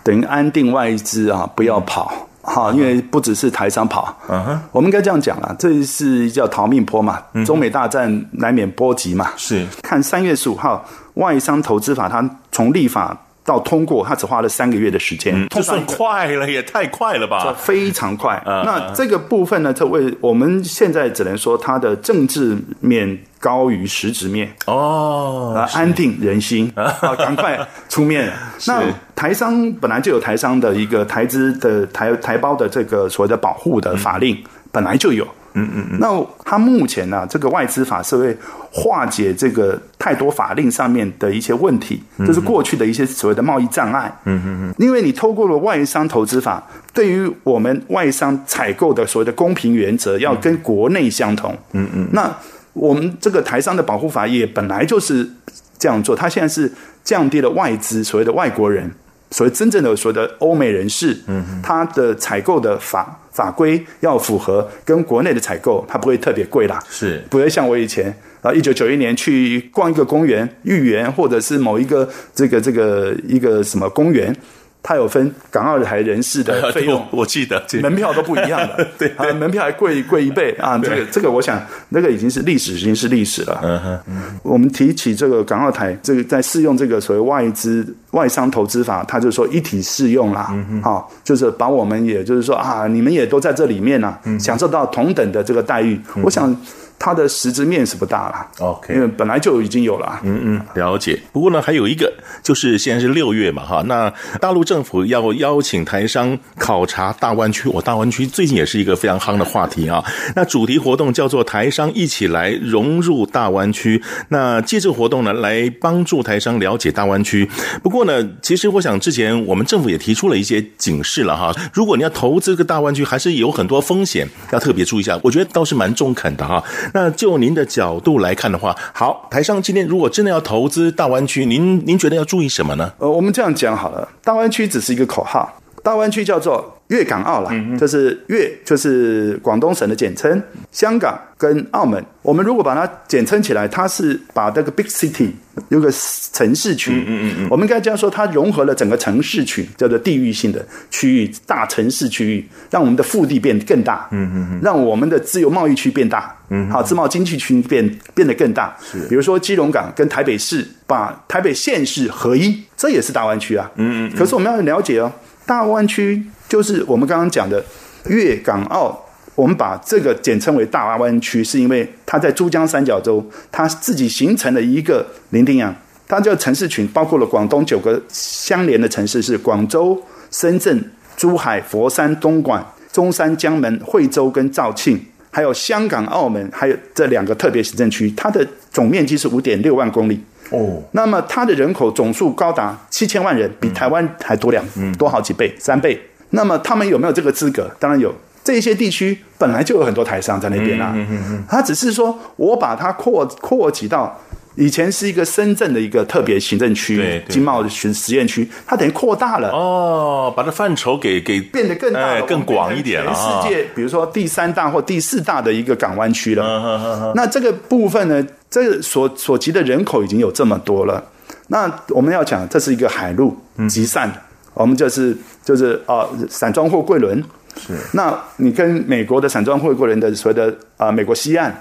S5: 等于安定外资啊，不要跑。哈，
S2: 嗯
S5: 因为不只是台商跑，嗯哼，我们应该这样讲啦，这是叫逃命坡嘛，
S2: 嗯
S5: 中美大战难免波及嘛，
S2: 是
S5: 看三月十五号外商投资法，它从立法到通过，它只花了三个月的时间，
S2: 这嗯算快了，也太快了吧？
S5: 非常快。
S2: 嗯
S5: 那这个部分呢，这为我们现在只能说它的政治面高于实质面，
S2: 哦，
S5: 啊，安定人 心啊，赶快出面。那台商本来就有台商的一个台资的台台胞的这个所谓的保护的法令，本来就有。嗯嗯嗯。那他目前呢、这个外资法是会化解这个太多法令上面的一些问题，就是过去的一些所谓的贸易障碍。嗯嗯嗯。因为你透过了外商投资法，对于我们外商采购的所谓的公平原则，要跟国内相同。嗯嗯。那我们这个台商的保护法也本来就是这样做，它现在是降低了外资所谓的外国人，所谓真正的所谓的欧美人士，嗯，他的采购的法法规要符合跟国内的采购，它不会特别贵啦，
S2: 是
S5: 不会像我以前啊，一九九一年去逛一个公园，豫园或者是某一个这个这个一个什么公园，它有分港澳台人 士的费用
S2: 我。我记得这
S5: 门票都不一样 的，
S2: 对
S5: 啊，门票还贵贵一倍啊！这个这个，我想那个已经是历史，已经是历史了。嗯哼，我们提起这个港澳台，这个在适用这个所谓外资外商投资法，它就说一体适用啦。嗯好，就是把我们也就是说啊，你们也都在这里面啊，享受到同等的这个待遇。我想它的实质面是不大啦。
S2: OK
S5: 因为本来就已经有了啊。嗯
S2: 嗯，了解。不过呢，还有一个就是现在是六月嘛，哈，那大陆政府要邀请台商考察大湾区，我、大湾区最近也是一个非常夯的话题啊。那主题活动叫做“台商一起来融入大湾区”，那借这个活动呢，来帮助台商了解大湾区。不过呢，其实我想之前我们政府也提出了一些警示了哈，如果你要投资这个大湾区，还是有很多风险要特别注意一下。我觉得倒是蛮中肯的哈。那就您的角度来看的话，好，台商今天如果真的要投资大湾区，您您觉得要注意什么呢？
S5: 呃，我们这样讲好了，大湾区只是一个口号，大湾区叫做粤港澳啦，就是粤就是广东省的简称，香港跟澳门，我们如果把它简称起来，它是把这个 big city 有个城市群，嗯嗯嗯，我们应该这样说，它融合了整个城市群，叫做地域性的区域，大城市区域，让我们的腹地变更大，嗯嗯嗯，让我们的自由贸易区变大，嗯，好，自贸经济区变变得更大，是，比如说基隆港跟台北市把台北县市合一，这也是大湾区啊，嗯嗯可是我们要了解哦，大湾区就是我们刚刚讲的粤港澳。我们把这个简称为大湾区，是因为它在珠江三角洲，它自己形成了一个伶仃洋。它这个城市群包括了广东九个相连的城市，是广州、深圳、珠海、佛山、东莞、中山、江门、惠州跟肇庆，还有香港、澳门，还有这两个特别行政区，它的总面积是五点六万公里。
S2: 哦，
S5: 那么它的人口总数高达七千万人，比
S2: 嗯
S5: 台湾还多两、多好几倍，三倍。那么他们有没有这个资格？当然有。这些地区本来就有很多台商在那边啦、
S2: 嗯
S5: 啊，他只是说我把它扩扩及到以前是一个深圳的一个特别行政
S2: 对
S5: 区、
S2: 对
S5: 经贸实实验区，它等于扩大了。
S2: 哦，把这范畴给给
S5: 变得更大了、
S2: 哎、更广一点了
S5: 我
S2: 啊
S5: 们变成全。世界比如说第三大或第四大的一个港湾区了。
S2: 嗯嗯嗯嗯
S5: 那这个部分呢，这个所所及的人口已经有这么多了。那我们要讲，这是一个海陆集散，
S2: 嗯
S5: 我们就是就是呃散装货柜轮。是。 那你跟美国的散装货柜轮的所谓的啊、呃美国西岸，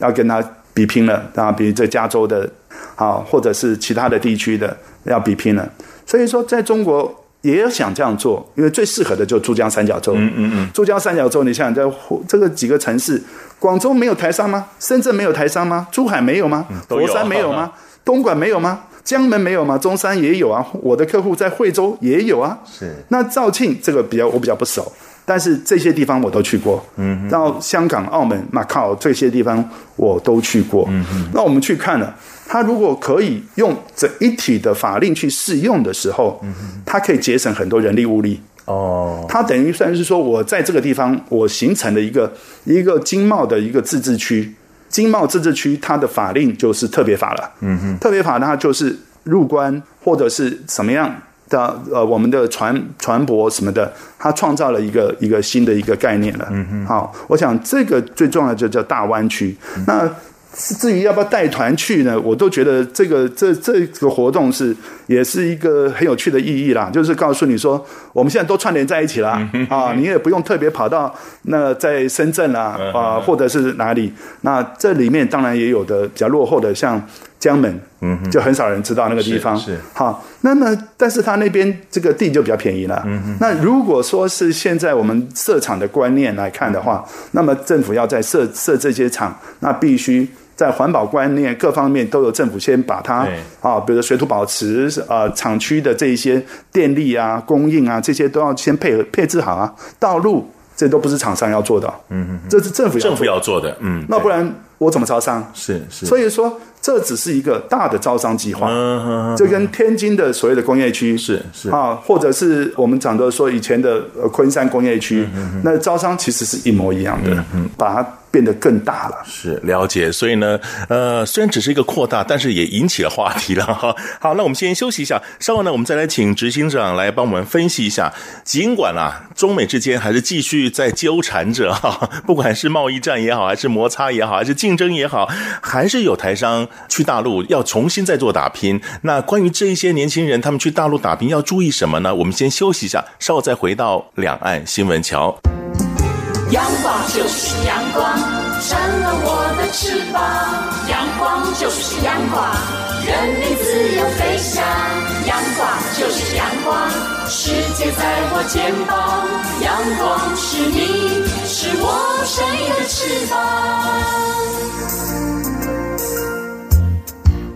S5: 要跟它比拼了，啊，比这加州的啊，或者是其他的地区的要比拼了。所以说，在中国也有想这样做，因为最适合的就是珠江三角洲。嗯嗯嗯，珠江三角洲，你想想，在这个几个城市，广州没有台商吗？深圳没有台商吗？珠海嗯没有啊吗？
S2: 都有
S5: 佛山没有吗？东莞没有吗？江门没有吗？中山也有啊，我的客户在惠州也有啊。
S2: 是
S5: 那肇庆这个比较我比较不熟，但是这些地方我都去过。嗯，到香港、澳门、马靠这些地方我都去过。嗯，那我们去看了，它如果可以用整一体的法令去适用的时候，嗯，它可以节省很多人力物力。
S2: 哦，
S5: 它等于算是说我在这个地方我形成的一个一个经贸的一个自治区，经贸自治区它的法令就是特别法了，嗯哼，特别法它就是入关或者是什么样的呃我们的船船舶什么的，它创造了一个一个新的一个概念了，嗯哼，嗯好，我想这个最重要的就叫大湾区，那。至于要不要带团去呢？我都觉得这个这这个活动是也是一个很有趣的意义啦，就是告诉你说，我们现在都串联在一起啦，啊，你也不用特别跑到那在深圳啦啊，或者是哪里。那这里面当然也有的比较落后的，像江门，嗯，就很少人知道那个地方。
S2: 是是
S5: 好，那么但是他那边这个地就比较便宜了。嗯那如果说是现在我们设厂的观念来看的话，那么政府要在设设这些厂，那必须。在环保观念各方面都有政府先把它
S2: 对
S5: 啊，比如说水土保持啊、呃厂区的这一些电力啊、供应啊这些都要先配合配置好啊，道路。这都不是厂商要做的，嗯嗯，这是政府要
S2: 政府
S5: 做的
S2: 要做的，嗯，
S5: 那
S2: 对
S5: 不然我怎么招商？
S2: 是是，
S5: 所
S2: 以
S5: 以说，这只是一个大的招商计划，
S2: 嗯哼
S5: 这跟天津的所谓的工业区
S2: 是是
S5: 啊，或者是我们讲的说以前的呃昆山工业区，
S2: 嗯
S5: 那招商其实是一模一样的，把它变得更大了。
S2: 是了解，所以呢，呃，虽然只是一个扩大，但是也引起了话题了哈。 好，那我们先休息一下，稍后呢，我们再来请执行长来帮我们分析一下。尽管啊，中美之间还是继续在纠缠着哈， 不管是贸易战也好，还是摩擦也好，还是竞争也好，还是有台商去大陆要重新再做打拼。那关于这一些年轻人，他们去大陆打拼要注意什么呢？我们先休息一下，稍后再回到两岸新闻桥。
S4: 阳光就是阳光，成了我的翅膀。阳光就是阳光，任你自由飞翔。阳光就是阳光，世界在我肩膀。阳光是你，是我生命的翅膀。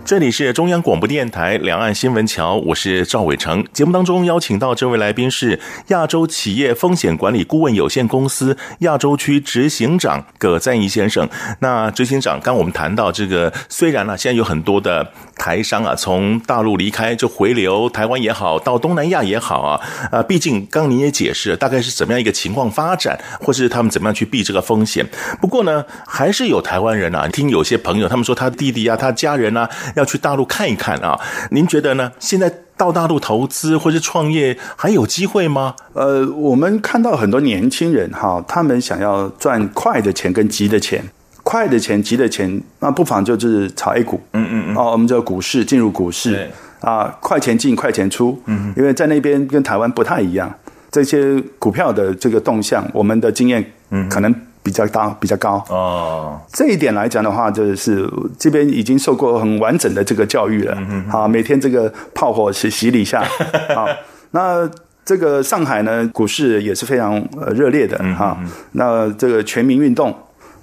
S2: 这里是中央广播电台两岸新闻桥，我是赵伟成。节目当中邀请到这位来宾是亚洲企业风险管理顾问有限公司亚洲区执行长葛赞怡先生。那执行长，刚我们谈到这个，虽然啊，现在有很多的台商啊，从大陆离开就回流台湾也好，到东南亚也好啊，啊，毕竟刚刚您也解释，大概是怎么样一个情况发展，或是他们怎么样去避这个风险。不过呢，还是有台湾人啊，听有些朋友他们说他弟弟啊、他家人啊要去大陆看一看啊。您觉得呢？现在到大陆投资或是创业还有机会吗？
S5: 呃，我们看到很多年轻人哈，他们想要赚快的钱跟急的钱，快的钱、急的钱，那不妨就是炒 A 股，嗯嗯嗯，哦，我们叫股市，进入股市
S2: 对，
S5: 啊，快钱进，快钱出，嗯，因为在那边跟台湾不太一样，这些股票的这个动向，我们的经验，嗯，可能比较大，比较高，
S2: 哦，
S5: 这一点来讲的话，就是这边已经受过很完整的这个教育了，啊，每天这个炮火洗洗礼下，啊，那这个上海呢，股市也是非常呃热烈的哈、啊，那这个全民运动。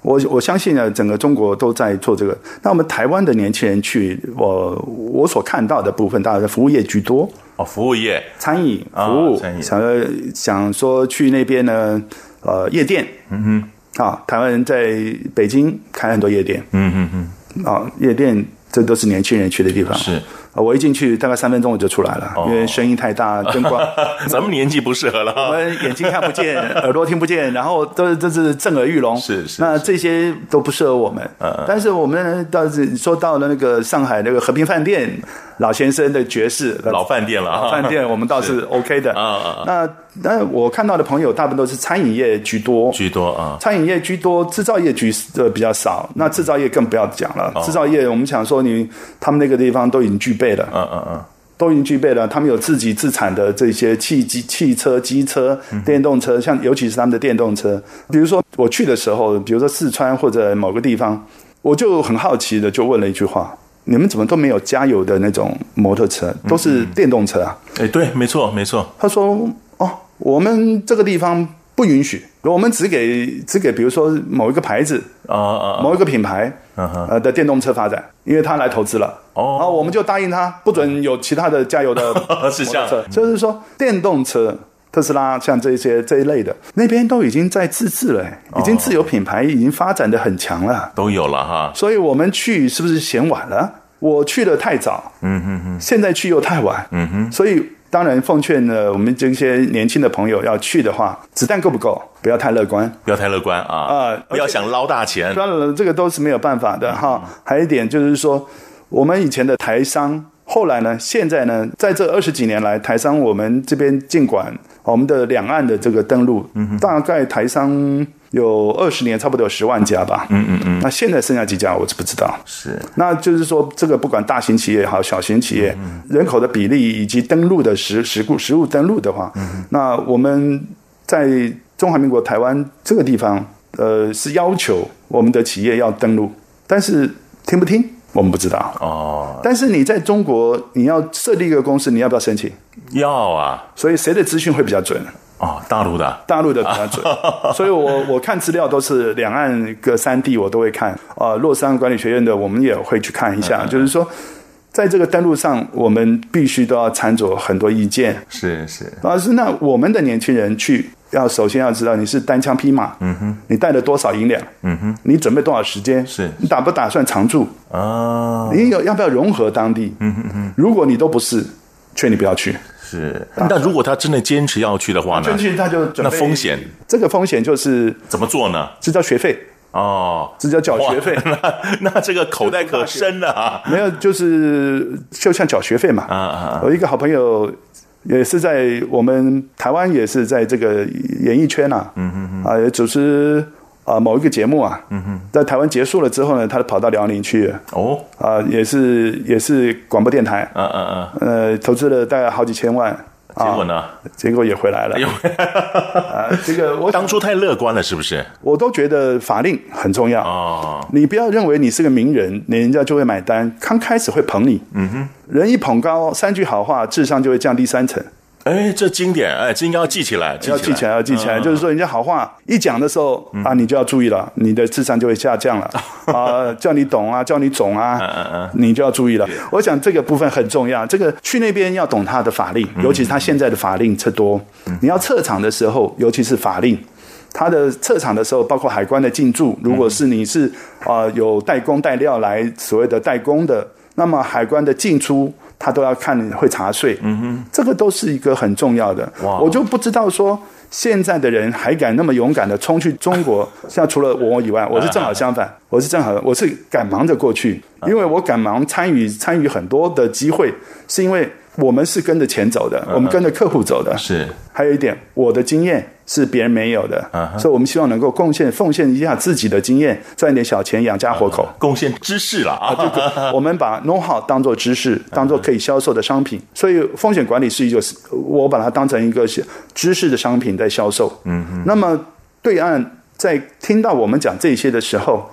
S5: 我我相信呢，整个中国都在做这个。那我们台湾的年轻人去，我我所看到的部分，大概是服务业居多，
S2: 哦，服务业
S5: 餐饮
S2: 啊
S5: 服务，
S2: 餐饮
S5: 想要想说去那边呢，呃，夜店，嗯哼，啊，台湾人在北京开很多夜店，嗯嗯嗯，啊，夜店这都是年轻人去的地方，
S2: 是哦
S5: 啊我一进去大概三分钟我就出来了，因为声音太 大，灯光。
S2: 咱们年纪不适合了
S5: 我
S2: 哈。
S5: 们眼睛看 不见，耳朵听不见，然后都都是震耳欲聋。
S2: 是是
S5: 那这些都不适合我们。
S2: 嗯
S5: 但是我们倒是说到了那个上海那个和平饭店老先生的爵士
S2: 老饭店了啊
S5: 老饭店我们倒是 OK 的。
S2: 啊 啊啊
S5: 那那我看到的朋友大部分都是餐饮业居多，
S2: 居多啊，
S5: 餐饮业居多，制造业居呃比较少。
S2: 嗯
S5: 那制造业更不要讲了，
S2: 哦
S5: 制造业我们想说你他们那个地方都已经具备了，
S2: 嗯嗯嗯，
S5: 都已经具备了，他们有自己自产的这些汽机、汽车、机车、
S2: 嗯
S5: 电动车，像尤其是他们的电动车。比如说我去的时候，比如说四川或者某个地方，我就很好奇的就问了一句话：你们怎么都没有加油的那种摩托车，
S2: 嗯
S5: 都是电动车啊？
S2: 哎，对，没错没错，
S5: 他说：哦，我们这个地方不允许，我们只给只给，比如说某一个牌子、
S2: 啊啊，
S5: 某一个品牌，
S2: 嗯哼
S5: 呃的电动车发展，因为他来投资了。
S2: 哦
S5: 然后我们就答应他，不准有其他的加油 的
S2: 啊是这样
S5: 摩托车就是说电动车。特斯拉像这些这一类的，那边都已经在自制了、已
S2: 哦
S5: 经自有品牌，已经发展的很强了。
S2: 都有了哈。
S5: 所以我们去是不是嫌晚了？我去的太早，嗯哼哼，现在去又太晚，嗯哼。所以当然奉劝呢，我们这些年轻的朋友要去的话，子弹够不够？不要太乐观，
S2: 不要太乐观啊！
S5: 啊
S2: 不要想捞大钱。
S5: 当然了，这个都是没有办法的哈。还有一点就是说，我们以前的台商，后来呢，现在呢，在这二十几年来，台商我们这边尽管我们的两岸的这个登陆，大概台商有二十年，差不多有十万家吧。嗯嗯嗯。那现在剩下几家，我是不知道。
S2: 是
S5: 那就是说，这个不管大型企业也好，小型企业，人口的比例以及登录的实实故实物登录的话，那我们在中华民国台湾这个地方，呃，是要求我们的企业要登录，但是听不听我们不知道。
S2: 哦，
S5: 但是你在中国，你要设立一个公司，你要不要申请？
S2: 要啊，
S5: 所以谁的资讯会比较准？
S2: 哦，大陆的
S5: 大陆的比较 准，所以我我看资料都是两岸各三地我都会看，呃，洛杉矶管理学院的我们也会去看一下，就是说。在这个登录上，我们必须都要参酌很多意见。
S2: 是是
S5: 老师，那我们的年轻人去要首先要知道你是单枪匹马，嗯哼，你带了多少银两，嗯哼，你准备多少时间，
S2: 是
S5: 你打不打算常住，
S2: 啊，
S5: 你有要不要融合当地，嗯啊哼哼，如果你都不是，劝你不要去，
S2: 是。那如果他真的坚持要去的话呢
S5: 劝？啊去他就准备
S2: 那风险，
S5: 这个风险就是
S2: 怎么做呢？
S5: 这叫学费，
S2: 哦，
S5: 这叫缴学费，
S2: 哇 那那这个口袋可深了啊！
S5: 没有，就是就像缴学费嘛。
S2: 啊啊
S5: 我一个好朋友也是在我们台湾，也是在这个演艺圈啊，嗯嗯啊，也主持啊、某一个节目啊，嗯哼，在台湾结束了之后呢，他跑到辽宁去了
S2: 哦，
S5: 啊、也是也是广播电台，
S2: 嗯嗯
S5: 呃，投资了大概好几千万，
S2: 嗯，结果呢？
S5: 结果也回来了。啊、这个我
S2: 哎当初太乐观了，是不是？
S5: 我都觉得法令很重要
S2: 哦，
S5: 你不要认为你是个名人，你人家就会买单。刚开始会捧你，嗯哼，人一捧高，三句好话，智商就会降低三层。
S2: 哎，这经典，哎，这应该要记起来，
S5: 要记起来，要记起来。
S2: 嗯
S5: 就是说，人家好话一讲的时候、啊，你就要注意了，你的智商就会下降 了啊，叫你懂啊，叫你懂啊，
S2: 嗯嗯
S5: 你就要注意了。我想这个部分很重要，这个去那边要懂他的法令，
S2: 嗯
S5: 尤其是他现在的法令特多。你要撤场的时候，尤其是法令。他的撤场的时候，包括海关的进驻，如果是你是啊、呃有代工带料来所谓的代工的，那么海关的进出。他都要看会查税，嗯哼，这个都是一个很重要的。
S2: 哇
S5: 我就不知道说现在的人还敢那么勇敢的冲去中 国，像除了我以外，我是正好相反，我是正好我是赶忙着过去，因为我赶忙参与参与很多的机会，是因为我们是跟着钱走的，我们跟着客户走的，
S2: 是
S5: 还有一点，我的经验是别人没有的
S2: 嗯哼
S5: 所以我们希望能够贡献奉献一下自己的经验，赚点小钱养家活口。
S2: 贡献知识了啊！
S5: 我们把 know how 当做知识，当做可以销售的商品，所以风险管理是一个，我把它当成一个知识的商品在销售。嗯嗯。那么对岸在听到我们讲这些的时候，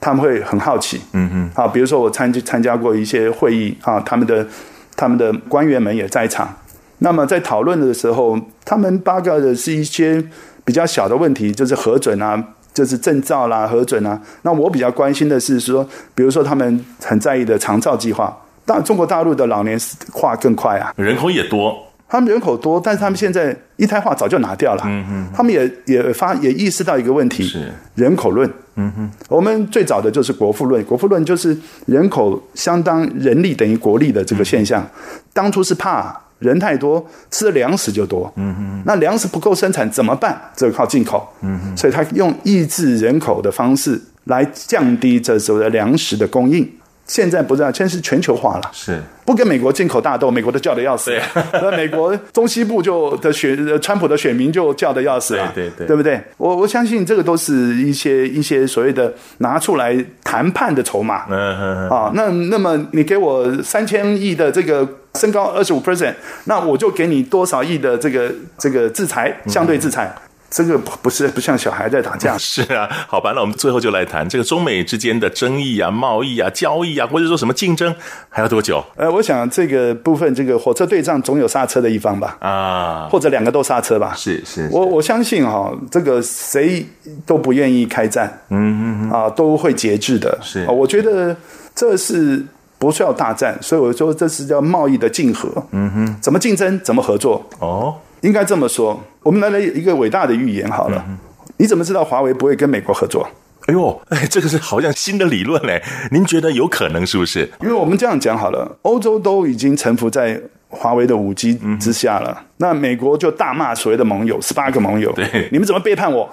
S5: 他们会很好奇。嗯嗯。啊，比如说我参参加过一些会议啊，他们的他们的官员们也在场。那么在讨论的时候，他们八个的是一些比较小的问题，就是核准啊，就是证照啦、核准啊。那我比较关心的是说，比如说他们很在意的长照计划，大中国大陆的老年化更快啊，
S2: 人口也多，
S5: 他们人口多，但是他们现在一胎化早就拿掉了，嗯嗯，他们也也发也意识到一个问题，
S2: 是
S5: 人口论，嗯哼，我们最早的就是国富论，国富论就是人口相当人力等于国力的这个现象，当初是怕。人太多，吃的粮食就多。嗯哼，那粮食不够生产怎么办？只有靠进口。嗯哼，所以他用抑制人口的方式来降低这所谓的粮食的供应。现在不是啊，现在是全球化了。
S2: 是
S5: 不跟美国进口大豆，美国都叫的要死了。那美国中西部就的选，呃川普的选民就叫的要死了，
S2: 对对对
S5: 对不对？我我相信这个都是一些一些所谓的拿出来谈判的筹码。
S2: 嗯，
S5: 啊，那那么你给我三千亿的这个身高二十五 percent，那我就给你多少亿的这个这个制裁，
S2: 嗯
S5: 相对制裁，这个不不是不像小孩在 打架，
S2: 是啊。好吧，那我们最后就来谈这个中美之间的争议啊、贸易啊、交易啊，或者说什么竞争，还要多久
S5: 呃，我想这个部分，这个火车对仗总有刹车的一方吧，
S2: 啊？
S5: 或者两个都刹车吧。
S2: 是是，
S5: 我我相信哈、这个谁都不愿意开战，嗯嗯啊，都会节制的。
S2: 是
S5: 啊我觉得这是不需要大战，所以我说这是叫贸易的竞合。嗯哼，怎么竞争，怎么合作，
S2: 哦，
S5: 应该这么说。我们来了一个伟大的预言好了，你怎么知道华为不会跟美国合作？
S2: 哎呦， 哎，这个是好像新的理论嘞，您觉得有可能是不是？
S5: 因为我们这样讲好了，欧洲都已经臣服在华为的五 G
S2: 嗯
S5: 之下了，那美国就大骂所谓的盟友，十八个盟友，
S2: 对
S5: 你们怎么背 叛我？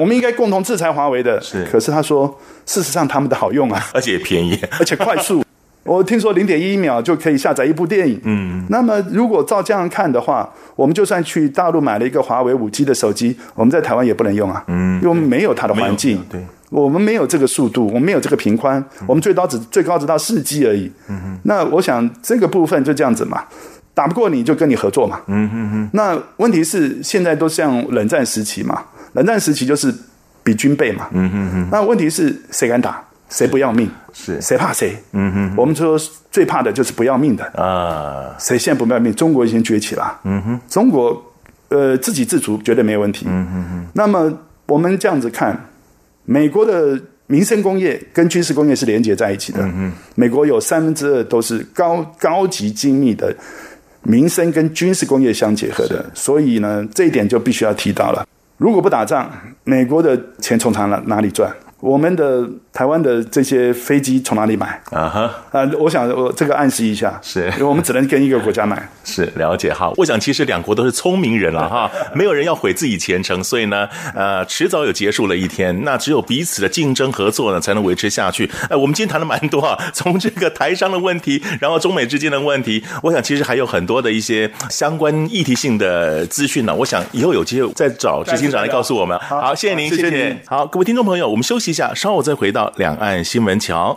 S5: 我们应该共同制裁华为的。
S2: 是
S5: 可是他说，事实上他们的好用啊，
S2: 而且也便宜，
S5: 而且快速。我听说零点一秒就可以下载一部电影。嗯，那么如果照这样看的话，我们就算去大陆买了一个华为五 G 的手机，我们在台湾也不能用啊。嗯，因为我们没有它的环境。
S2: 没有对。
S5: 我们没有这个速度，我们没有这个频宽，我们最高只最高只到四 G 而已。嗯那我想这个部分就这样子嘛，打不过你就跟你合作嘛。嗯嗯嗯。那问题是现在都像冷战时期嘛，冷战时期就是比军备嘛。嗯啊嗯嗯。那问题是谁敢打，谁不要命？
S2: 是
S5: 谁怕谁？嗯哼，我们说最怕的就是不要命的
S2: 啊，
S5: 谁现在不要命？中国已经崛起了。嗯哼，中国呃自给自足绝对没问题。嗯哼哼。那么我们这样子看，美国的民生工业跟军事工业是连接在一起的。嗯哼，美国有三分之二都是高高级精密的民生跟军事工业相结合的，所以呢，这一点就必须要提到了。如果不打仗，美国的钱从哪哪里赚？我们的台湾的这些飞机从哪里买？
S2: 啊哈，
S5: 啊、我想我这个暗示一下，
S2: 是
S5: 因为我们只能跟一个国家买。
S2: 是了解哈。我想其实两国都是聪明人了 哈，没有人要毁自己前程，所以呢，呃，迟早有结束了一天。那只有彼此的竞争合作呢，才能维持下去。哎、我们今天谈了蛮多啊， 从这个台商的问题，然后中美之间的问题，我想其实还有很多的一些相关议题性的资讯呢。我想以后有机会再找执行长来告诉我们。
S5: 好
S2: 好，谢谢您，
S5: 谢谢您
S2: 谢。好，各位听众朋友，我们休息一下，稍后再回到两岸新闻桥。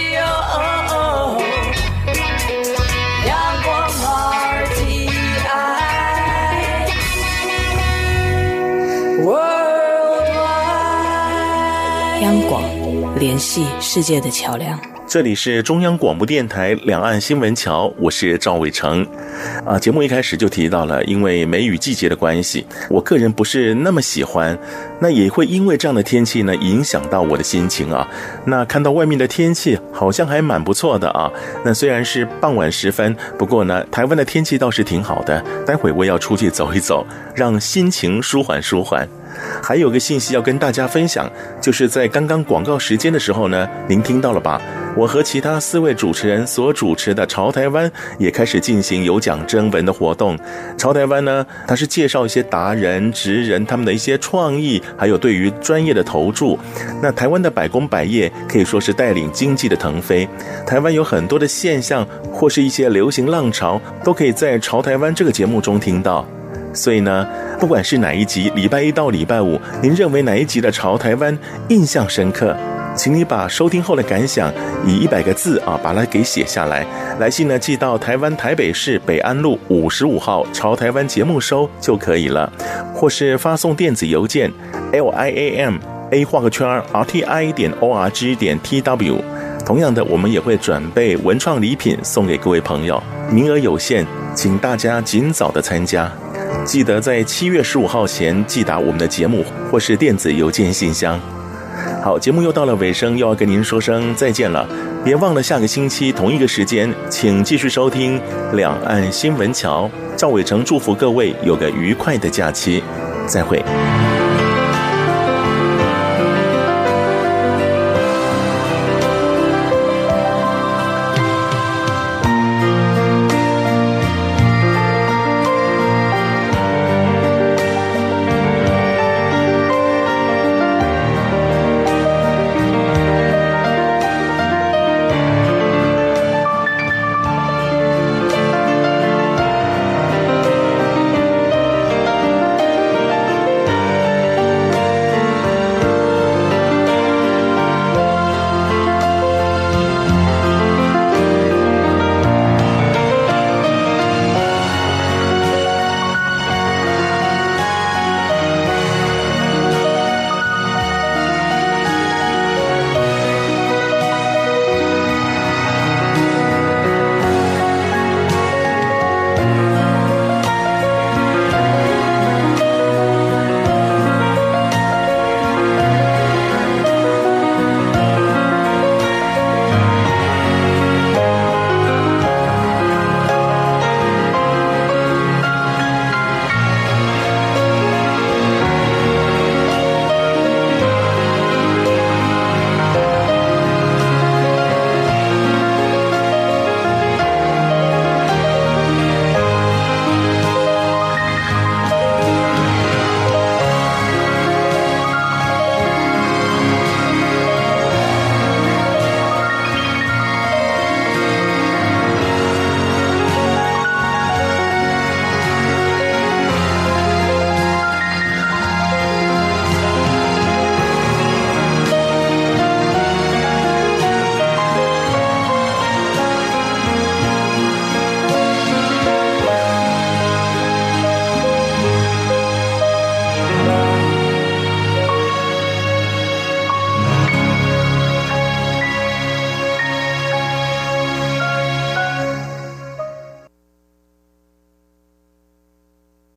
S4: 阳光 RTI。Worldwide。
S9: 央广，联系世界的桥梁。
S2: 这里是中央广播电台两岸新闻桥，我是赵伟成。啊，节目一开始就提到了，因为梅雨季节的关系，我个人不是那么喜欢，那也会因为这样的天气呢，影响到我的心情啊。那看到外面的天气好像还蛮不错的啊，那虽然是傍晚时分，不过呢，台湾的天气倒是挺好的。待会我也要出去走一走，让心情舒缓舒缓。还有个信息要跟大家分享，就是在刚刚广告时间的时候呢，您听到了吧？我和其他四位主持人所主持的《潮台湾》也开始进行有奖征文的活动。《潮台湾》呢，它是介绍一些达人、职人他们的一些创意，还有对于专业的投注。那台湾的百工百业可以说是带领经济的腾飞，台湾有很多的现象或是一些流行浪潮，都可以在《潮台湾》这个节目中听到。所以呢，不管是哪一集，礼拜一到礼拜五，您认为哪一集的《潮台湾》印象深刻？请你把收听后的感想以一百个字啊，把它给写下来。来信呢，寄到台湾台北市北安路五十五号《潮台湾》节目收就可以了，或是发送电子邮件 l i a m a 画个圈 r t i 点 o r g 点 t w。同样的，我们也会准备文创礼品送给各位朋友，名额有限，请大家尽早的参加。记得在七月十五号前寄达我们的节目或是电子邮件信箱。好，节目又到了尾声，又要跟您说声再见了。别忘了下个星期同一个时间，请继续收听《两岸新闻桥》。赵伟成祝福各位有个愉快的假期，再会。